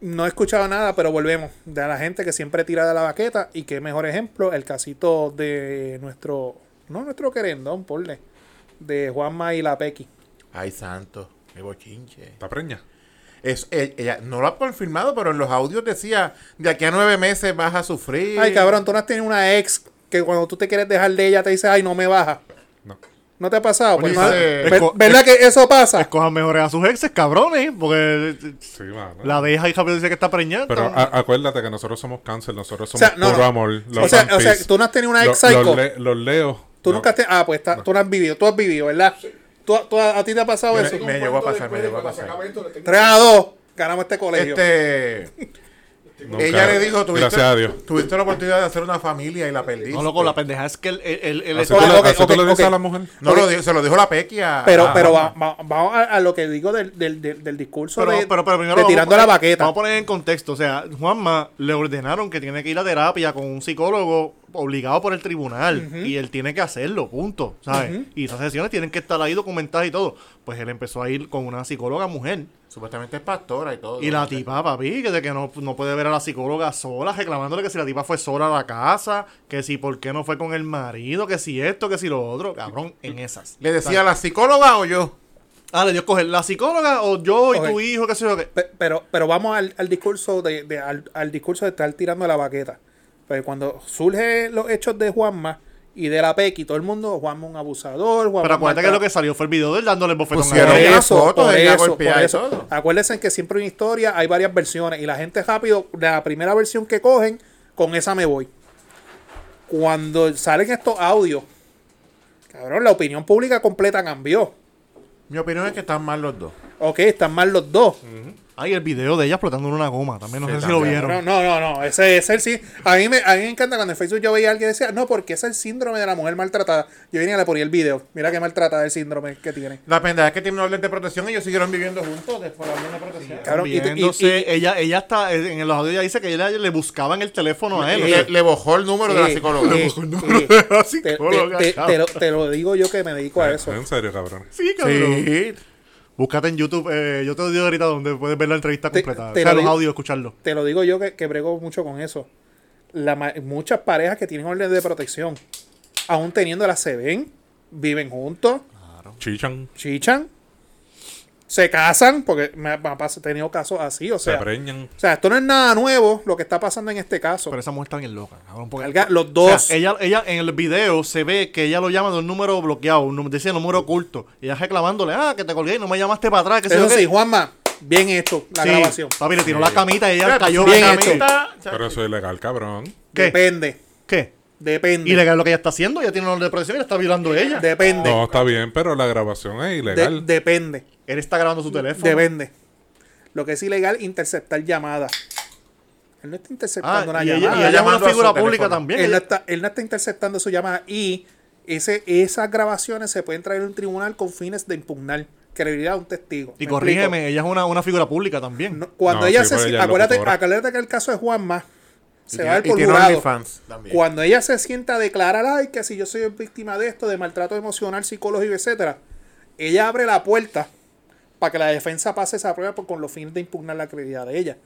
A: No he escuchado nada, pero volvemos. De la gente que siempre tira de la baqueta. Y qué mejor ejemplo, el casito de nuestro. No, nuestro querendón, porle. De Juanma y la Pequi.
D: Ay, santo. Qué bochinche.
B: ¿Está preña?
D: Es, e- ella, no lo ha confirmado, pero en los audios decía, de aquí a nueve meses vas a sufrir.
A: Ay, cabrón, tú no has tenido una ex que cuando tú te quieres dejar de ella te dice, ay, no me baja.
B: No.
A: ¿No te ha pasado? Pues,
D: Oye,
A: ma-
D: eh,
A: ver-
C: esco-
A: ¿Verdad que eso pasa?
C: Escojan mejores a sus exes, cabrones, porque eh,
B: Sí, mano.
C: la deja y rápido dice que está preñada.
B: Pero ah,
C: entonces-
B: a- acuérdate que nosotros somos cáncer, nosotros
A: O
B: somos
A: sea, no,
B: puro
A: no.
B: amor.
A: O sea, o sea, tú no has tenido una ex psycho.
B: Los, le- los leo.
A: Tú
B: No.
A: nunca has tenido. Ah, pues está- tú no has vivido. Tú has vivido, ¿verdad? Tú, tú- a, a ti te ha pasado
D: Yo-
A: eso.
D: Me llegó a pasar, me llegó a pasar.
A: 3 a 2. Ganamos este colegio.
D: Este,
B: Nunca.
D: ella le dijo, tuviste,
B: Gracias a Dios.
D: tuviste la oportunidad de hacer una familia y la perdiste.
C: No, ah, loco, la pendeja es que el, el, el- el-
B: Así tú le-
A: Ok,
B: así tú
A: ok,
B: le dices
A: ok.
B: a la mujer.
D: No lo dijo- se lo dijo la pequia.
A: Pero, pero va- va- vamos a, a lo que digo del, del, del, del discurso
C: pero,
A: de,
C: pero, pero primero
A: de
C: vamos a
A: tirando
C: poner-
A: la baqueta.
C: Vamos a poner en contexto. O sea, Juanma le ordenaron que tiene que ir a terapia con un psicólogo obligado por el tribunal. Y él tiene que hacerlo, punto. ¿Sabes? Y esas sesiones tienen que estar ahí documentadas y todo. Pues él empezó a ir con una psicóloga mujer.
D: Supuestamente es pastora y todo.
C: Y la tipa, papi, que, de que no, no puede ver a la psicóloga sola, reclamándole que si la tipa fue sola a la casa, que si por qué no fue con el marido, que si esto, que si lo otro. Cabrón, en esas.
D: ¿Le decía la psicóloga o yo?
C: Ah, le dio a escoger la psicóloga o yo y
A: Ok.
C: tu hijo, que sé yo qué.
A: Pe- pero, pero vamos al, al discurso de, de- al, al discurso de estar tirando la baqueta. Pero cuando surgen los hechos de Juanma y de la Pequi, todo el mundo, Juanma un abusador, Juanma.
C: Pero acuérdate que
A: maltra-
C: lo que salió fue el video de él dándole el bofetón
D: Pusieron-
C: a
A: Por
C: él.
D: Pero
A: eso,
D: una foto
A: por
D: de ella
A: eso,
D: golpeada
A: por
D: y
A: eso.
D: todo.
A: Acuérdense que siempre en historia hay varias versiones y la gente rápido, la primera versión que cogen, con esa me voy. Cuando salen estos audios, cabrón, la opinión pública completa cambió.
D: Mi opinión es que están mal los dos.
A: Ok, están mal los dos.
C: Ay, el video de ella explotando una goma. También no
D: Sí,
C: sé si lo
D: también.
C: vieron.
A: No, no, no, no. Ese es el sí. A mí, me, a mí me encanta cuando en Facebook yo veía a alguien que decía, no, porque es el síndrome de la mujer maltratada. Yo venía le ponía el video. Mira qué maltratada el síndrome que tiene.
D: La pendeja es que tiene una orden de protección y ellos siguieron viviendo juntos después de la orden de protección.
A: Cabrón, y, y-
C: Viéndose,
A: y-
C: ella, ella está en los audios ella dice que ella le buscaban el teléfono a él. o sea,
D: Le, le bojó el número de la
A: eh,
D: psicóloga.
A: eh, eh,
C: la
A: te- te-
C: psicóloga,
A: te- te lo-
C: cabrón.
A: Te lo digo yo que me dedico a eso.
B: En serio, cabrón.
C: Sí, cabrón.
D: Sí.
C: Búscate en YouTube. eh, yo te digo ahorita donde puedes ver la entrevista
A: Te-
C: completa.
A: te
C: o sea,
A: lo
C: los
A: digo-
C: audios, escucharlo.
A: Te lo digo yo que, que brego mucho con eso. La ma- muchas parejas que tienen orden de protección, aún teniéndolas, se ven, viven juntos,
B: Chichan.
A: chichan, se casan, porque me, ha- me ha pas- he tenido casos así, o
B: Se
A: sea.
B: preñan.
A: O sea, esto no es nada nuevo lo que está pasando en este caso.
C: Pero esa mujer está bien loca, cabrón. Porque
A: Carga los
C: o sea,
A: dos.
C: ella, ella en el video se ve que ella lo llama de un número bloqueado, un, nú- dice número oculto. Y ella reclamándole, ah, que te colgué y no me llamaste para atrás. Que sé
A: Eso
C: yo qué.
A: sí, Juanma, bien hecho la
C: Sí,
A: grabación.
C: Papi, le tiró la camita y ella
D: Mira,
C: cayó.
D: pues,
A: bien
D: la
A: hecho.
D: camita, chacho.
B: Pero eso es ilegal, cabrón.
C: ¿Qué?
A: Depende,
C: ¿Qué?
A: depende.
C: Y legal lo que ella está haciendo, ella tiene una depresión y la está violando ella.
A: Depende,
B: No, está bien, pero la grabación es
A: de-
B: ilegal.
A: depende,
C: Él está grabando su teléfono.
A: depende. Lo que es ilegal, interceptar llamadas. Él no está
C: Ah,
A: interceptando una
C: y ella,
A: llamada.
C: y ella es una
D: llamando a su
C: figura pública
D: teléfono.
C: también.
A: él, no
C: Ella-
A: está, él no está interceptando su llamada y ese, esas grabaciones se pueden traer a un tribunal con fines de impugnar credibilidad de un testigo.
C: y
A: ¿Me explico?
C: corrígeme, ella es una, una figura pública también.
A: No, cuando
B: No,
A: ella
B: sí,
A: se
B: porque ella
A: sienta,
B: es
A: acuérdate,
B: locutora.
A: acuérdate que el caso de Juanma se
D: Y
A: va a ver
D: tiene-
A: por
D: y tiene
A: jurado.
D: OnlyFans también.
A: Cuando ella se sienta a declarar, ay, que si yo soy víctima de esto, de maltrato emocional, psicológico, etcétera, ella abre la puerta para que la defensa pase esa prueba por- con los fines de impugnar la credibilidad de ella.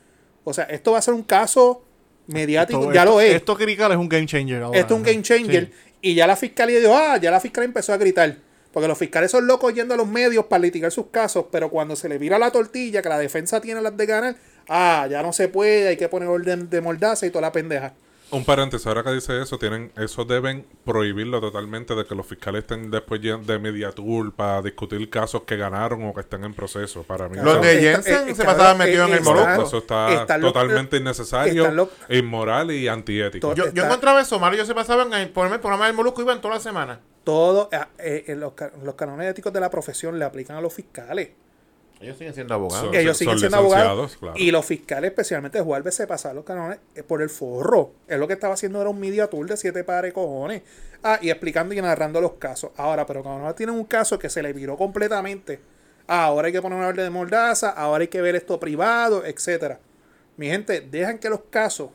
A: O sea, esto va a ser un caso mediático,
C: Esto-
A: ya lo es.
C: Esto Critical es un game changer ahora.
A: Esto es un
C: ¿no?
A: game changer.
C: Sí.
A: Y ya la fiscalía dijo, ah, ya la fiscalía empezó a gritar. Porque los fiscales son locos yendo a los medios para litigar sus casos, pero cuando se le vira la tortilla, que la defensa tiene las de ganar, ah, ya no se puede, hay que poner orden de mordaza y toda la pendeja.
B: Un paréntesis, ahora que dice eso, tienen, eso deben prohibirlo totalmente de que los fiscales estén después ya de media tour para discutir casos que ganaron o que están en proceso. Para mí,
D: Los
B: eso-
D: de
A: Está-
D: Jensen
A: eh,
D: se
A: cabrón,
D: pasaban metidos
A: eh,
D: en el
A: está-
D: Molusco.
B: eso está
A: está lo-
B: totalmente innecesario,
A: está lo-
B: inmoral y antiético.
A: To-
D: Yo, yo
A: Está-
D: encontraba eso malo. Ellos se pasaban a ponerme el programa del Molusco iban toda la semana.
A: Todo, eh, eh, los, ca- los canones éticos de la profesión le aplican a los fiscales.
D: Ellos siguen siendo abogados.
B: Son-
A: Ellos
B: son
A: siguen siendo
B: licenciados,
A: abogados.
B: claro.
A: Y los fiscales, especialmente de Juárez, se pasaron los canones eh, por el forro. Es lo que estaba haciendo, era un media tour de siete pares cojones. Ah, y explicando y narrando los casos. Ahora, pero cuando ahora tienen un caso que se le viró completamente. ah, Ahora hay que poner una orden de mordaza, ahora hay que ver esto privado, etcétera. Mi gente, dejan que los casos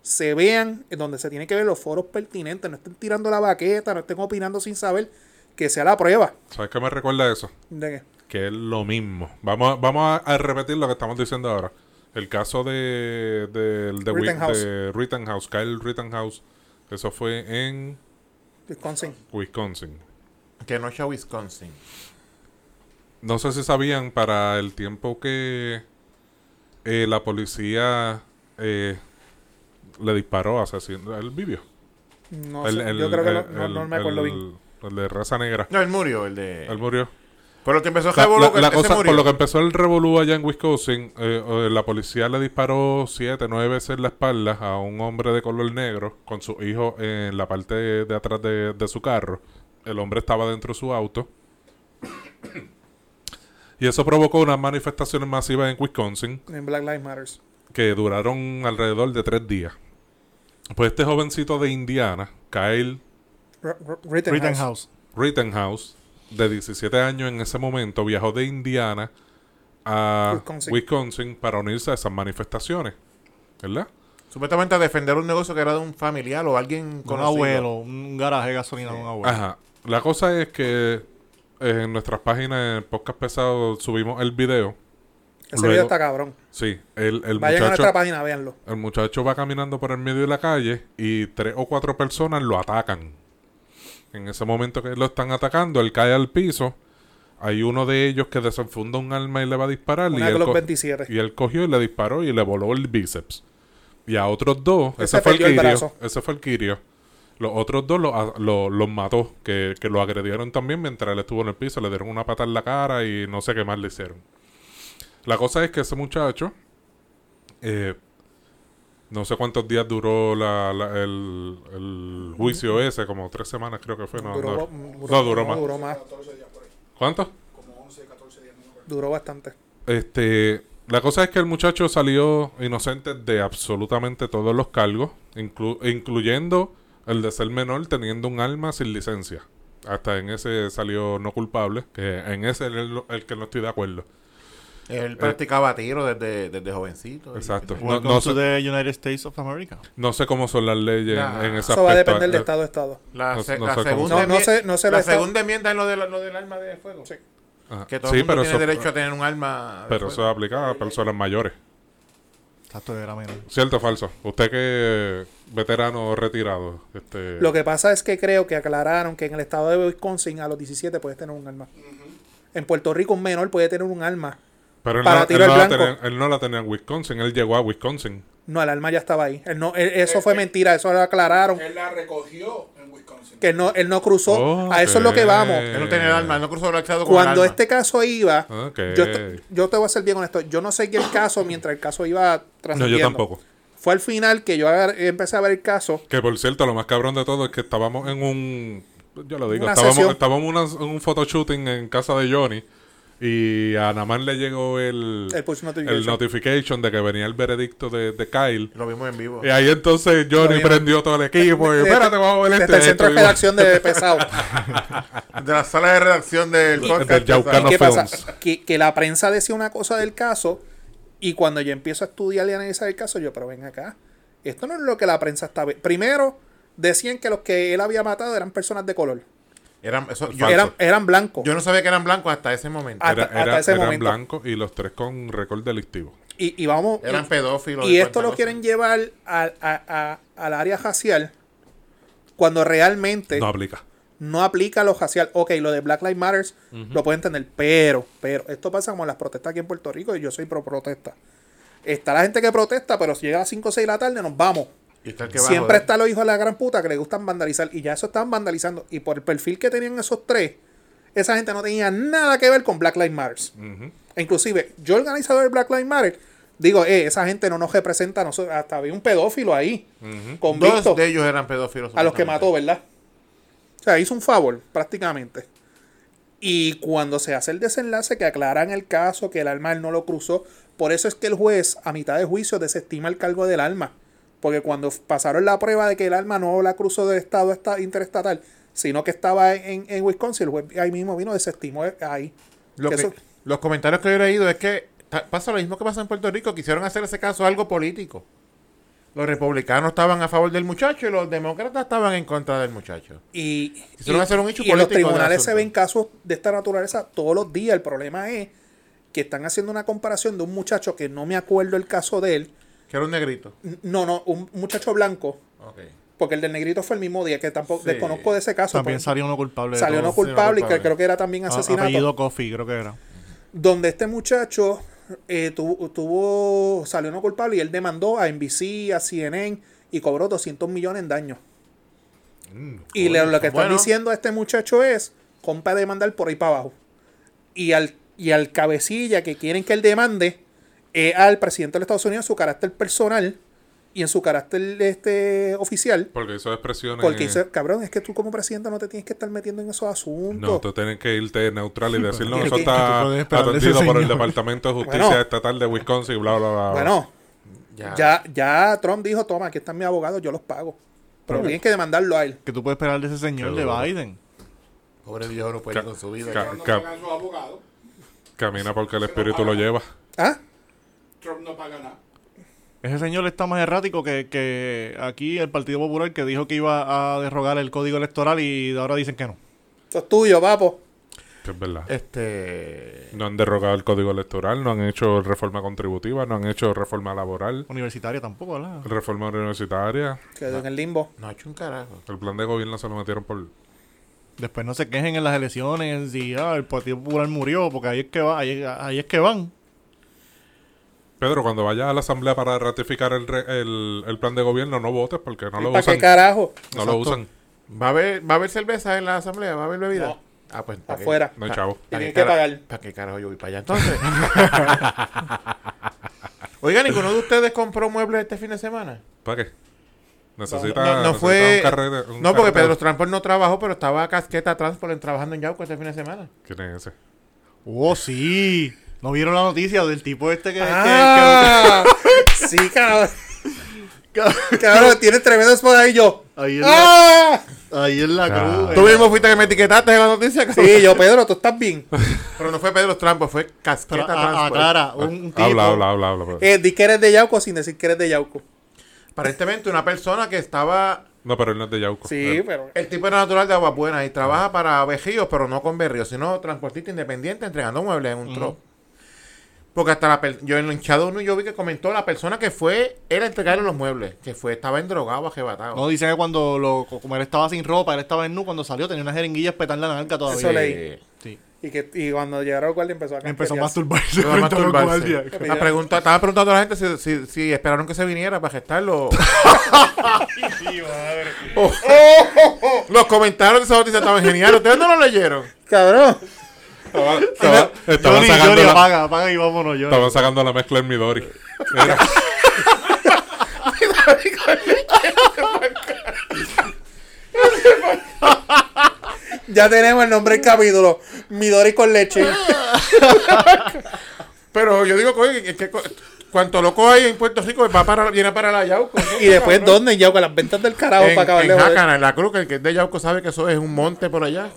A: se vean en donde se tienen que ver los foros pertinentes. No estén tirando la baqueta, no estén opinando sin saber que sea la prueba.
B: ¿Sabes qué me recuerda eso?
A: ¿De qué?
B: Que es lo mismo. Vamos, a- vamos a, a repetir lo que estamos diciendo ahora. El caso de, del de, Wi-
A: Rittenhouse.
B: de Rittenhouse, Kyle Rittenhouse. Eso fue en
A: Wisconsin.
B: Wisconsin.
D: Que no es Wisconsin.
B: No sé si sabían para el tiempo que eh, la policía eh, le disparó a asesino. Él vivió.
A: No
B: El-
A: sé,
B: el-
A: yo creo que
B: el-
A: no- no, no
B: el-
A: me acuerdo
B: el-
A: bien.
B: El de raza negra.
D: No, él murió, el de.
B: Él murió.
D: Por lo que empezó a
B: La,
D: revolú,
B: la- la
D: ese
B: cosa,
D: murió.
B: por lo que empezó el revolú allá en Wisconsin, eh, eh, la policía le disparó siete, nueve veces en la espalda a un hombre de color negro con su hijo en la parte de, de atrás de, de su carro. El hombre estaba dentro de su auto. y eso provocó unas manifestaciones masivas en Wisconsin
A: En Black Lives Matters.
B: que duraron alrededor de tres días. Pues este jovencito de Indiana, Kyle
A: R- R- Rittenhouse.
C: Rittenhouse.
B: Rittenhouse, de 17 años en ese momento, viajó de Indiana a
A: Wisconsin.
B: Wisconsin, para unirse a esas manifestaciones. ¿Verdad?
D: Supuestamente a defender un negocio que era de un familiar o alguien
C: Con un
D: conocido.
C: abuelo, un garaje de gasolina de un abuelo.
B: Ajá. La cosa es que eh, en nuestras páginas, en Podcast Pesado, subimos el video.
A: Ese
B: Luego-
A: video está cabrón.
B: Sí, el, el
A: Vayan a
B: muchacho.
A: nuestra página, véanlo.
B: El muchacho va caminando por el medio de la calle y tres o cuatro personas lo atacan. En ese momento que lo están atacando, él cae al piso. Hay uno de ellos que desenfunda un arma y le va a disparar. Y
A: Una
B: él,
A: Glock
B: co-
A: 27.
B: y él cogió y le disparó y le voló el bíceps. Y a otros dos,
A: Ese
B: ese, fue el
A: perdió el
B: Kirio.
A: brazo.
B: Ese fue el Kirio. Los otros dos lo- a- lo- los mató, que, que lo agredieron también mientras él estuvo en el piso. Le dieron una pata en la cara y no sé qué más le hicieron. La cosa es que ese muchacho, eh, no sé cuántos días duró la- la- el, el juicio ese, como tres semanas creo que fue. No,
A: duró,
B: no.
A: mm,
B: no, duró
A: no,
B: más.
A: Duró más.
E: 14 días por ahí.
B: ¿Cuánto?
E: Como 11, 14 días. No me acuerdo.
A: Duró bastante.
B: Este, la cosa es que el muchacho salió inocente de absolutamente todos los cargos, inclu- incluyendo el de ser menor teniendo un arma sin licencia. Hasta en ese salió no culpable, que en ese es el, el que no estoy de acuerdo.
D: Él practicaba tiro desde, desde jovencito.
B: Eh, Exacto. No,
C: Welcome
B: no
C: to
B: sé,
C: the United States of America.
B: no sé cómo son las leyes en- en, ese
A: Eso va a
B: aspecto.
A: depender de
B: Eh,
A: estado a estado.
D: La,
B: No-
D: se-
B: no
D: la
B: sé cómo
D: segunda,
A: se- No, no
D: enmienda-
A: sé- no sé lo
D: la
A: está-
D: segunda enmienda es lo, de la- lo del arma de fuego.
A: Sí.
B: ajá.
D: Que todo
B: ah, Sí,
D: el
B: pero
D: mundo tiene
B: eso,
D: derecho a tener un arma. de
B: pero
D: fuego.
B: eso aplica a personas mayores.
C: Exacto, era menor.
B: ¿Cierto o falso? Usted que eh, veterano retirado. Este,
A: Lo que pasa es que creo que aclararon que en el estado de Wisconsin a los 17 puedes tener un arma. En Puerto Rico un menor puede tener un arma.
B: pero él,
A: para
B: no, él
A: tiro al
B: no la
A: blanco.
B: tenía, él no la tenía en Wisconsin, él llegó a Wisconsin.
A: No, el arma ya estaba ahí. Él no, él- eso
E: Eh,
A: fue
E: eh.
A: mentira, eso lo aclararon.
E: Él la recogió en Wisconsin.
A: Que él no, él no cruzó. A eso es lo que
B: Ok.
A: vamos.
D: Él no
B: Eh,
D: tenía el arma, él no cruzó el estado con el
A: Cuando
D: arma.
A: este caso iba,
B: Ok.
A: yo, te, yo te voy a ser bien honesto. Yo no seguí el caso mientras el caso iba
B: No,
A: transcurriendo.
B: yo tampoco.
A: Fue al final que yo agar- empecé a ver el caso.
B: Que por cierto, lo más cabrón de todo es que estábamos en un. Yo lo digo,
A: Una
B: estábamos,
A: sesión.
B: estábamos una- en un photoshooting en casa de Johnny. Y a Namán le llegó el,
A: El push notification.
B: el notification de que venía el veredicto de, de Kyle.
D: Lo vimos en vivo.
B: Y ahí entonces Johnny
A: vimos.
B: prendió todo el equipo. Y,
A: Desde-
B: espérate, vamos a ver
A: Desde
B: este.
A: el centro de
B: esto".
A: redacción de Pesado.
D: De la sala de redacción del podcast.
B: del Yaucano.
A: ¿Y qué pasa?
B: Films.
A: Que, que la prensa decía una cosa del caso y cuando yo empiezo a estudiar y analizar el caso, yo, pero ven acá, esto no es lo que la prensa estaba... Primero, decían que los que él había matado eran personas de color.
D: Eran- eso- yo,
A: Eran, eran blancos.
D: yo no sabía que eran blancos hasta ese momento.
A: Ah,
B: Era-
A: hasta-
B: era-
A: hasta ese
B: eran
A: momento.
B: blancos y los tres con récord delictivo.
A: y, y vamos...
D: eran
A: y-
D: pedófilos.
A: Y esto
D: cuanta
A: lo
D: cosa.
A: quieren llevar al, a- a- al área racial cuando realmente
B: No
A: no,
B: aplica.
A: aplica lo racial. Ok, lo de Black Lives Matter lo pueden entender, pero, pero esto pasa como en las protestas aquí en Puerto Rico y yo soy pro protesta. Está la gente que protesta, pero si llega a las 5 o 6 de la tarde nos vamos.
D: Y está el que va a
A: Siempre
D: joder.
A: están los hijos de la gran puta que le gustan vandalizar y ya eso están vandalizando. Y por el perfil que tenían esos tres, esa gente no tenía nada que ver con Black Lives Matter.
B: Ujú.
A: E Inclusive, yo organizador del Black Lives Matter, digo, eh, esa gente no nos representa a nosotros. Hasta había un pedófilo ahí, convicto,
D: Dos de ellos eran pedófilos.
A: a los que
D: supuestamente.
A: mató, ¿verdad? O sea, hizo un favor, prácticamente. Y cuando se hace el desenlace, que aclaran el caso, que el alma él no lo cruzó. Por eso es que el juez, a mitad de juicio, desestima el cargo del alma. Porque cuando pasaron la prueba de que el alma no la cruzó del estado esta- interestatal, sino que estaba en, en Wisconsin, el juez ahí mismo vino, desestimó eh, ahí.
D: Lo
A: Que
D: que-
A: eso-
D: los comentarios que yo he leído es que ta- pasa lo mismo que pasa en Puerto Rico. Quisieron hacer ese caso algo político. Los republicanos estaban a favor del muchacho y los demócratas estaban en contra del muchacho.
A: Y,
D: Quisieron
A: y-
D: hacer un hecho
A: y en los
D: político del
A: tribunales se
D: asunto.
A: ven casos de esta naturaleza todos los días. El problema es que están haciendo una comparación de un muchacho que no me acuerdo el caso de él.
D: Que era un negrito.
A: N- No, no, un muchacho blanco, porque el del negrito fue el mismo día, que tampoco
D: Sí.
A: desconozco de ese caso.
C: También
A: pero
C: salió uno culpable. de
A: salió
C: todo.
A: no
D: sí, no
A: culpable, y que
D: culpable.
A: creo que era también
C: A-
A: asesinato.
C: Apellido Coffee, creo que era.
A: donde este muchacho eh, tu- tuvo, salió no culpable y él demandó a NBC, a CNN y cobró 200 millones en daño. y le- lo que están
D: bueno.
A: diciendo a este muchacho es, compa, demandar por ahí para abajo. Y al, y al cabecilla que quieren que él demande eh, al presidente de los Estados Unidos en su carácter personal y en su carácter este, oficial.
B: Porque hizo expresiones.
A: Porque dice, cabrón, es que tú como presidente no te tienes que estar metiendo en esos asuntos.
B: Eh. No, tú tienes que irte neutral y decir, no,
A: pero
B: eso
A: ¿qué-
B: está
C: qué puedes esperar de
B: atendido
C: ese
B: por el
C: señor?
B: Departamento de Justicia
A: Bueno.
B: Estatal de Wisconsin, bla, bla, bla. bla.
A: Bueno,
D: Ya.
A: Ya, ya Trump dijo, toma, aquí están mis abogados, yo los pago. Pero tienes que demandarlo a él.
C: Que tú puedes esperar de ese señor
B: Qué
C: de
B: duro.
C: Biden.
D: Pobre Dios no puede
B: Ca-
D: con su vida.
B: ca-
E: Trump no
B: ca-
E: paga a sus abogados.
B: camina porque el espíritu lo lleva.
A: ¿Ah?
E: Trump no paga nada.
C: Ese señor está más errático que, que aquí el Partido Popular que dijo que iba a derrogar el código electoral y ahora dicen que no.
A: Esto es tuyo, papo.
B: Que es verdad.
D: Eh. Este.
B: No han derogado el código electoral, no han hecho reforma contributiva, no han hecho reforma laboral,
C: Universitaria tampoco, ¿verdad?
B: reforma universitaria.
A: Quedó en el limbo.
D: No ha hecho un carajo.
B: El plan de gobierno se lo metieron por.
C: Después no se quejen en las elecciones y ah, el Partido Popular murió porque ahí es que va, ahí, ahí es que van.
B: Pedro, cuando vayas a la asamblea para ratificar el, re- el, el plan de gobierno, no votes porque no lo
A: ¿Para qué
B: usan.
A: carajo?
B: No lo usan.
D: ¿Va a, haber, ¿Va a haber cerveza en la asamblea? ¿Va a haber bebida?
A: No.
D: Ah, pues. ¿pa' qué?
A: Afuera.
B: No, chavo.
A: Y tienen
D: ¿Para
A: que pagar.
D: ¿Para qué carajo yo voy para allá entonces? Oiga, ¿ninguno de ustedes compró muebles este fin de semana?
B: ¿Para qué? Necesita,
D: No, no
B: necesita
D: fue.
B: un carrete- un
D: no, porque
B: carrete-
D: Pedro Transport no trabajó, pero estaba Casqueta Transport trabajando en Yauco este fin de semana.
B: ¿Quién es ese?
C: ¡Oh, sí! ¿No vieron la noticia del tipo este que... que-
A: ¡Ah! sí, cabrón.
C: que-
A: Cabrón, tiene tremendos por ahí yo.
C: ahí, en la,
A: ¡Ah!
C: ahí en la
B: Ah.
C: cruz.
D: Tú mismo fuiste que me etiquetaste en la noticia. cabrón.
A: Sí, yo, Pedro, tú estás bien.
D: Pero no fue Pedro Transport, fue Casqueta pues.
C: Pero ah, a-
D: Transport.
C: aclara, un, un tipo...
B: Habla, habla, habla, pues. habla.
A: Eh, di que eres de Yauco sin decir que eres de Yauco.
D: Aparentemente, una persona que estaba.
B: No, pero él no es de Yauco.
A: Sí,
B: Él-
A: pero. eh,
D: El tipo era natural de Aguas Buenas y
C: Ah.
D: trabaja para Vejíos, pero no con Berríos, sino transportista independiente entregando muebles en un truck. Porque hasta la per- yo en el hinchado uno yo vi que comentó la persona que fue era entregarle los muebles, que fue estaba endrogado, ajebatado.
C: No, dicen que cuando lo, como él estaba sin ropa, él estaba en nu, cuando salió tenía una jeringuilla espetada en la narca todavía.
A: Eso leí.
C: Sí.
A: Y, que, y cuando llegaron al guardia empezó a
C: Empezó a
A: canterearse.
C: masturbarse.
D: Lo de
C: frente a los
D: masturbarse.
C: guardias.
D: La pregunta, estaba preguntando a la gente si, si- si esperaron que se viniera para gestarlo. Oh. Los comentarios de esa noticia estaban geniales. ¿Ustedes no lo leyeron?
A: Cabrón.
B: Estaba- estaba- Estaban
C: Johnny,
B: sacando
C: Johnny,
B: la-
C: apaga, apaga y vámonos, Johnny.
B: estaban sacando la mezcla en Midori. Era-
A: Ya tenemos el nombre del capítulo. Midori con leche.
D: Pero yo digo, coño, que, que- cuanto loco hay en Puerto Rico va para, viene para la Yauco. ¿no?
A: Y después, ¿dónde? En Yauco, las ventas del carajo
D: en,
A: para acabar
D: en
A: de joder.
D: Jácana, en la Cruz, que el que es de Yauco sabe que eso es un monte por allá.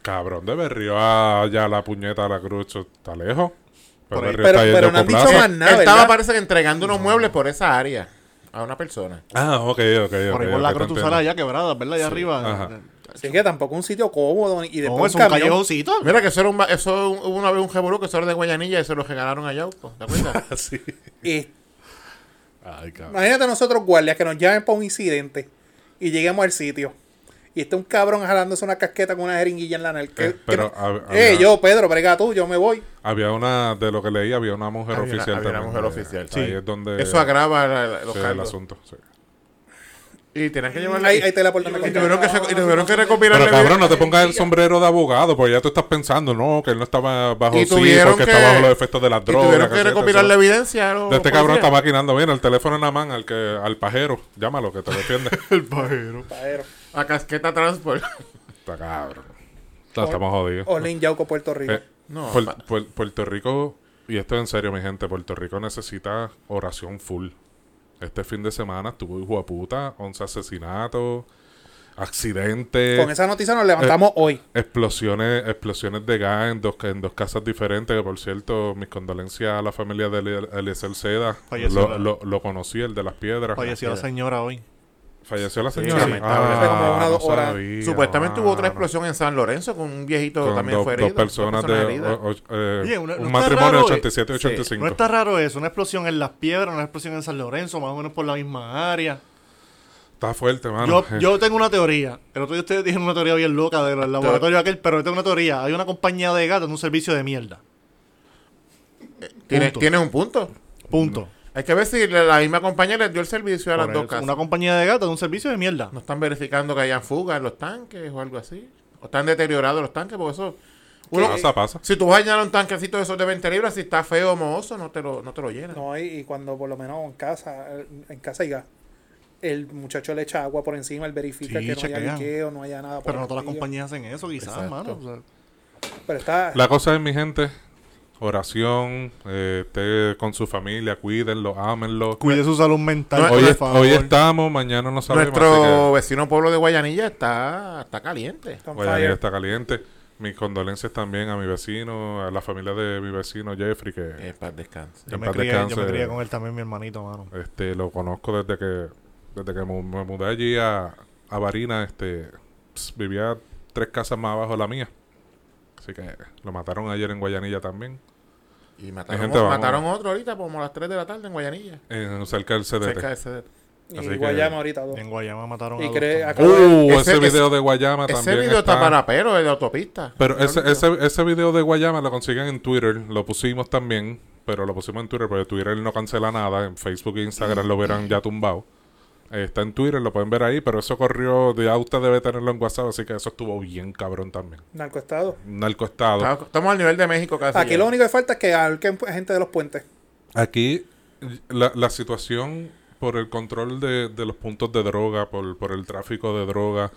B: Cabrón, de Berrío a ya la puñeta a la cruz. eso Está lejos. Pero,
C: Por ahí.
B: Berrío está
A: Pero-
B: yendo
A: pero no han
B: por
A: dicho
B: plaza.
A: más Ah, nada,
D: Él estaba
A: ¿verdad?
D: parece que entregando unos muebles por esa área a una persona.
B: Ah, ok, ok.
C: Por ahí
B: ok,
C: por
B: ok,
C: la
B: te
C: cruz tú
B: entiendo.
C: sales allá quebrada, ¿verdad? Allá arriba.
B: Ajá.
A: Así que tampoco un sitio cómodo. Y
C: No,
A: después
C: es
A: un
C: un
A: camión.
C: callejoncito.
D: Mira que eso era un, ba- eso un- hubo una vez un revolú que eso era de Guayanilla y se lo regalaron a Yauco, ¿te acuerdas?
B: Sí.
A: Y
B: Ay, cabrón.
A: Imagínate nosotros guardias que nos llamen para un incidente y lleguemos al sitio. Y está un cabrón jalándose una casqueta con una jeringuilla en la nariz. ¿Qué-
B: Eh, pero
A: qué-
B: hab-
A: eh,
B: había-
A: yo, Pedro, brega tú, yo me voy.
B: Había una, de lo que leí, había una mujer
D: Había una-
B: oficial
D: había una
B: también,
D: mujer
B: eh,
D: oficial.
B: Ahí
D: Sí.
B: es donde.
D: Eso agrava la- la- los
B: sí, el
D: cargos.
B: asunto. sí.
D: Y tenían que llevarla
A: Ahí, ahí te la puerta me
D: Y
A: corta.
D: tuvieron que, reco- y tuvieron que recopilar
B: Pero
D: la
B: cabrón, no te
D: evidencia.
B: pongas el sombrero de abogado, porque ya tú estás pensando, no, que él no estaba bajo
D: Y
B: sí,
D: tuvieron
B: porque
D: que-
B: estaba bajo los efectos de las
D: Y
B: drogas.
D: tuvieron que
B: etcétera,
D: recopilar
B: etcétera.
D: la evidencia. a los
B: De este cabrón está
D: policías.
B: maquinando bien el teléfono en la mano al que al pajero, llámalo que te defiende.
C: El pajero.
A: Padero.
D: A casqueta transport.
B: Está cabrón. No, estamos jodidos.
A: Olin Yauco, Puerto Rico.
B: Eh,
D: No,
B: Puer-
D: pa-
B: Puer- Puerto Rico, y esto es en serio, mi gente, Puerto Rico necesita oración full. Este fin de semana estuvo hijo de puta, 11 asesinatos, accidentes,
A: Con esa noticia nos levantamos hoy.
B: explosiones, explosiones de gas en dos, en dos casas diferentes. Que por cierto, mis condolencias a la familia de Elie- Eliezer Seda.
C: Falleció
B: Lo,
C: la-
B: lo- lo conocí, el de las piedras.
C: Falleció la señora hoy.
B: Falleció la
D: Sí,
B: señora. Ah,
D: lamentable.
A: Hace como una
B: no
A: dos horas.
B: sabía,
D: Supuestamente hubo otra
B: mano.
D: explosión en San Lorenzo con un viejito
B: Con
D: también
B: dos,
D: fue
B: dos
D: herido.
B: personas de
D: heridas.
B: o- o- eh,
C: Oye, una- no
B: un
C: está
B: matrimonio
C: raro, eh.
B: 87 85
C: No está raro eso, una explosión en Las Piedras, una explosión en San Lorenzo, más o menos por la misma área.
B: Está fuerte, mano. Eh,
C: Yo, yo tengo una teoría. El otro día ustedes dijeron una teoría bien loca del laboratorio aquel, pero yo tengo una teoría. Hay una compañía de gatos en un servicio de mierda.
D: ¿Tienes,
C: punto.
D: tienes un punto.
C: Punto.
D: Hay que ver si la, la misma compañía les dio el servicio a las
C: Por
D: dos
C: eso,
D: casas.
C: Una compañía de gatos en un servicio de mierda.
D: No están verificando que hayan fugas en los tanques o algo así. O están deteriorados los tanques, porque eso. uno-
B: Pasa, pasa.
D: si tú vas a llenar un tanquecito de esos de 20 libras, si está feo o mohoso, no te lo, no te lo llenas.
A: No, y, y cuando por lo menos en casa, eh, en casa hay gas, el muchacho le echa agua por encima, él verifica
C: Sí,
A: que no haya
C: chequean.
A: liqueo, no haya nada. por
C: Pero
A: el
C: no todas las
A: estilo.
C: compañías hacen eso, quizás,
D: Exacto.
C: mano. o sea,
A: Pero está.
B: La cosa es, mi gente, oración, eh, esté con su familia, cuídenlo, ámenlo.
C: cuide su salud mental,
D: No,
C: por
B: Hoy, es-
C: favor.
B: hoy estamos, mañana no sabemos.
D: Nuestro
B: así
D: vecino pueblo de Guayanilla está, está caliente.
B: que
A: está on
B: Guayanilla
A: fire.
B: está caliente. Mis condolencias también a mi vecino, a la familia de mi vecino Jeffrey, que
D: Que paz descanse.
C: yo,
B: en
C: me
B: Eh, paz
C: crié, yo me
B: descanse.
C: crié con él también, mi hermanito, mano.
B: este, lo conozco desde que desde que mu- me mudé allí a, a Barina. Este, ps, vivía tres casas más abajo de la mía. Así que lo mataron ayer en Guayanilla también.
D: Y mataron,
B: gente,
D: otro-
B: vamos.
D: mataron otro ahorita, pues, como a las 3 de la tarde en Guayanilla.
B: En, cerca del CDT.
D: Cerca de ese.
B: Así
A: Y
B: que-
A: Guayama ahorita dos.
C: En Guayama mataron
A: Oh. Y
C: a dos
A: cree,
C: también.
A: acaba de-
B: Uh, ese,
D: Ese-
B: video de Guayama
D: Ese
B: Ah, también.
D: video está
B: está-
D: para pero, el de autopista.
B: Pero
D: Yo
B: ese,
D: lo-
B: ese, ese video de Guayama lo consiguen en Twitter. Lo pusimos también. Pero lo pusimos en Twitter porque Twitter no cancela nada. En Facebook e Instagram lo verán ya tumbado. Eh, está en Twitter, lo pueden ver ahí. Pero eso corrió. Ya usted debe tenerlo en WhatsApp. Así que eso estuvo bien cabrón también.
A: Narcoestado.
B: Narcoestado.
D: Estamos estamos al nivel de México casi. eh.
A: Aquí
D: ya.
A: lo único que falta es que ahorquen gente de los puentes.
B: Aquí la, la situación por el control de, de los puntos de droga, por, por el tráfico de droga,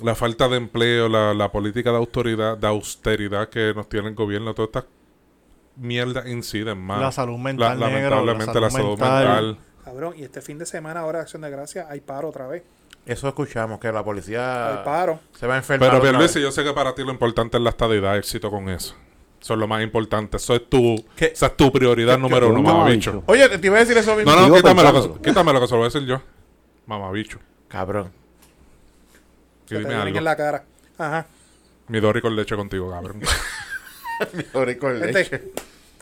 B: la falta de empleo, la, la política de autoridad, de austeridad que nos tiene el gobierno, todas estas mierdas inciden más.
C: La salud mental, negro, la
B: lamentablemente la salud
C: salud
B: mental.
C: mental.
A: Cabrón, y este fin de semana, ahora de Acción de Gracia, hay paro otra vez.
D: Eso escuchamos, que la
B: Ah,
D: policía
A: Hay paro.
D: se va a enfermar.
B: Pero
D: otra
B: Pierluisi,
D: vez.
B: yo sé que para ti lo importante es la estadidad, éxito con eso. Eso es lo más importante. Eso es tu,
D: ¿Qué?
B: esa es tu prioridad número uno,
F: No,
B: mamabicho.
F: bicho.
D: Oye, te, te iba a decir eso mismo.
B: No, no,
F: Sigo
B: quítamelo,
F: pensándolo.
B: que- quítamelo que se lo voy a decir yo. Mamabicho.
D: Cabrón.
B: Y
A: Que te
B: dime
A: vienen
B: algo.
A: en la cara. Ajá.
B: Mi Dory con leche contigo, cabrón.
A: Gente,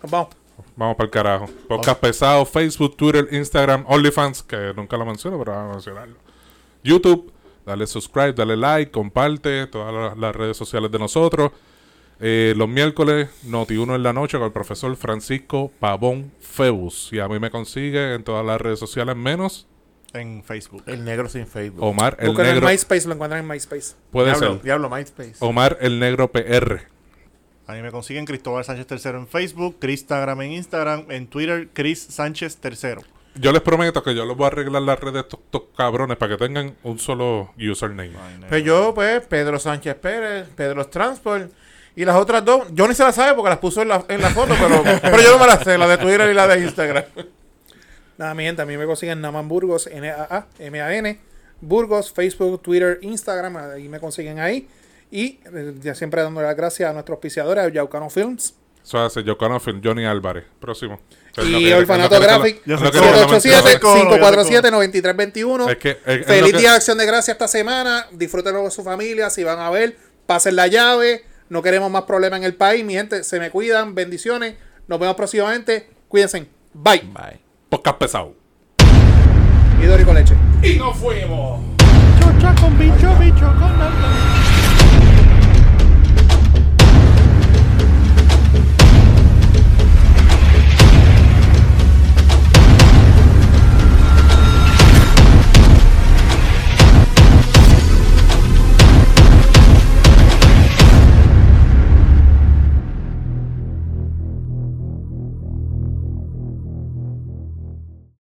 A: nos vamos.
B: Vamos para el carajo. Podcast pesado, Facebook, Twitter, Instagram, OnlyFans, que nunca lo menciono, pero vamos a mencionarlo. YouTube, dale subscribe, dale like, comparte, todas las, las redes sociales de nosotros. Eh, los miércoles, Noti1 en la noche con el profesor Francisco Pavón Febus. Y a mí me consigue en todas las redes sociales menos
C: En Facebook.
D: El negro sin Facebook.
B: Omar el
A: Busquen en
B: Negro.
A: MySpace, lo encuentran en MySpace.
B: Puede
D: Diablo,
B: ser.
D: Diablo MySpace.
B: Omar el Negro PR.
C: A mí me consiguen Cristóbal Sánchez III en Facebook, Cristagram en Instagram, en Twitter, Chris Sánchez III.
B: Yo les prometo que yo les voy a arreglar las redes de estos, estos cabrones para que tengan un solo username.
D: Pues yo, pues, Pedro Sánchez Pérez, Pedro Transport. Y las otras dos, yo ni se las sabe porque las puso en la, en la foto, pero, pero yo no me las sé, la de Twitter y la de Instagram.
A: Nada, mi gente, a mí me consiguen Naman Burgos, N-A-A, M-A-N, Burgos, Facebook, Twitter, Instagram, ahí me consiguen ahí. Y eh, ya siempre dando las gracias a nuestros auspiciadores, a Yaucano Films
B: Eso hace Yocano Film, Johnny Álvarez. Próximo.
A: y Orfanato Graphic,
B: Yo
C: Yo soy
B: que le-
C: Colo, yo soy
A: 787
C: Colo, yo soy Colo.
A: 547 9321
B: Es que- es- es lo
A: Feliz
B: que-
A: día de acción de gracias esta semana. Disfrútenlo con su familia. Si van a ver, pasen la llave. No queremos más problemas en el país. Mi gente, se me cuidan. Bendiciones. Nos vemos próximamente. Cuídense. Bye.
D: Bye.
B: Podcast pesado.
A: Y Dori con leche.
E: Y nos fuimos.
C: Chocha con bicho, bicho con alma.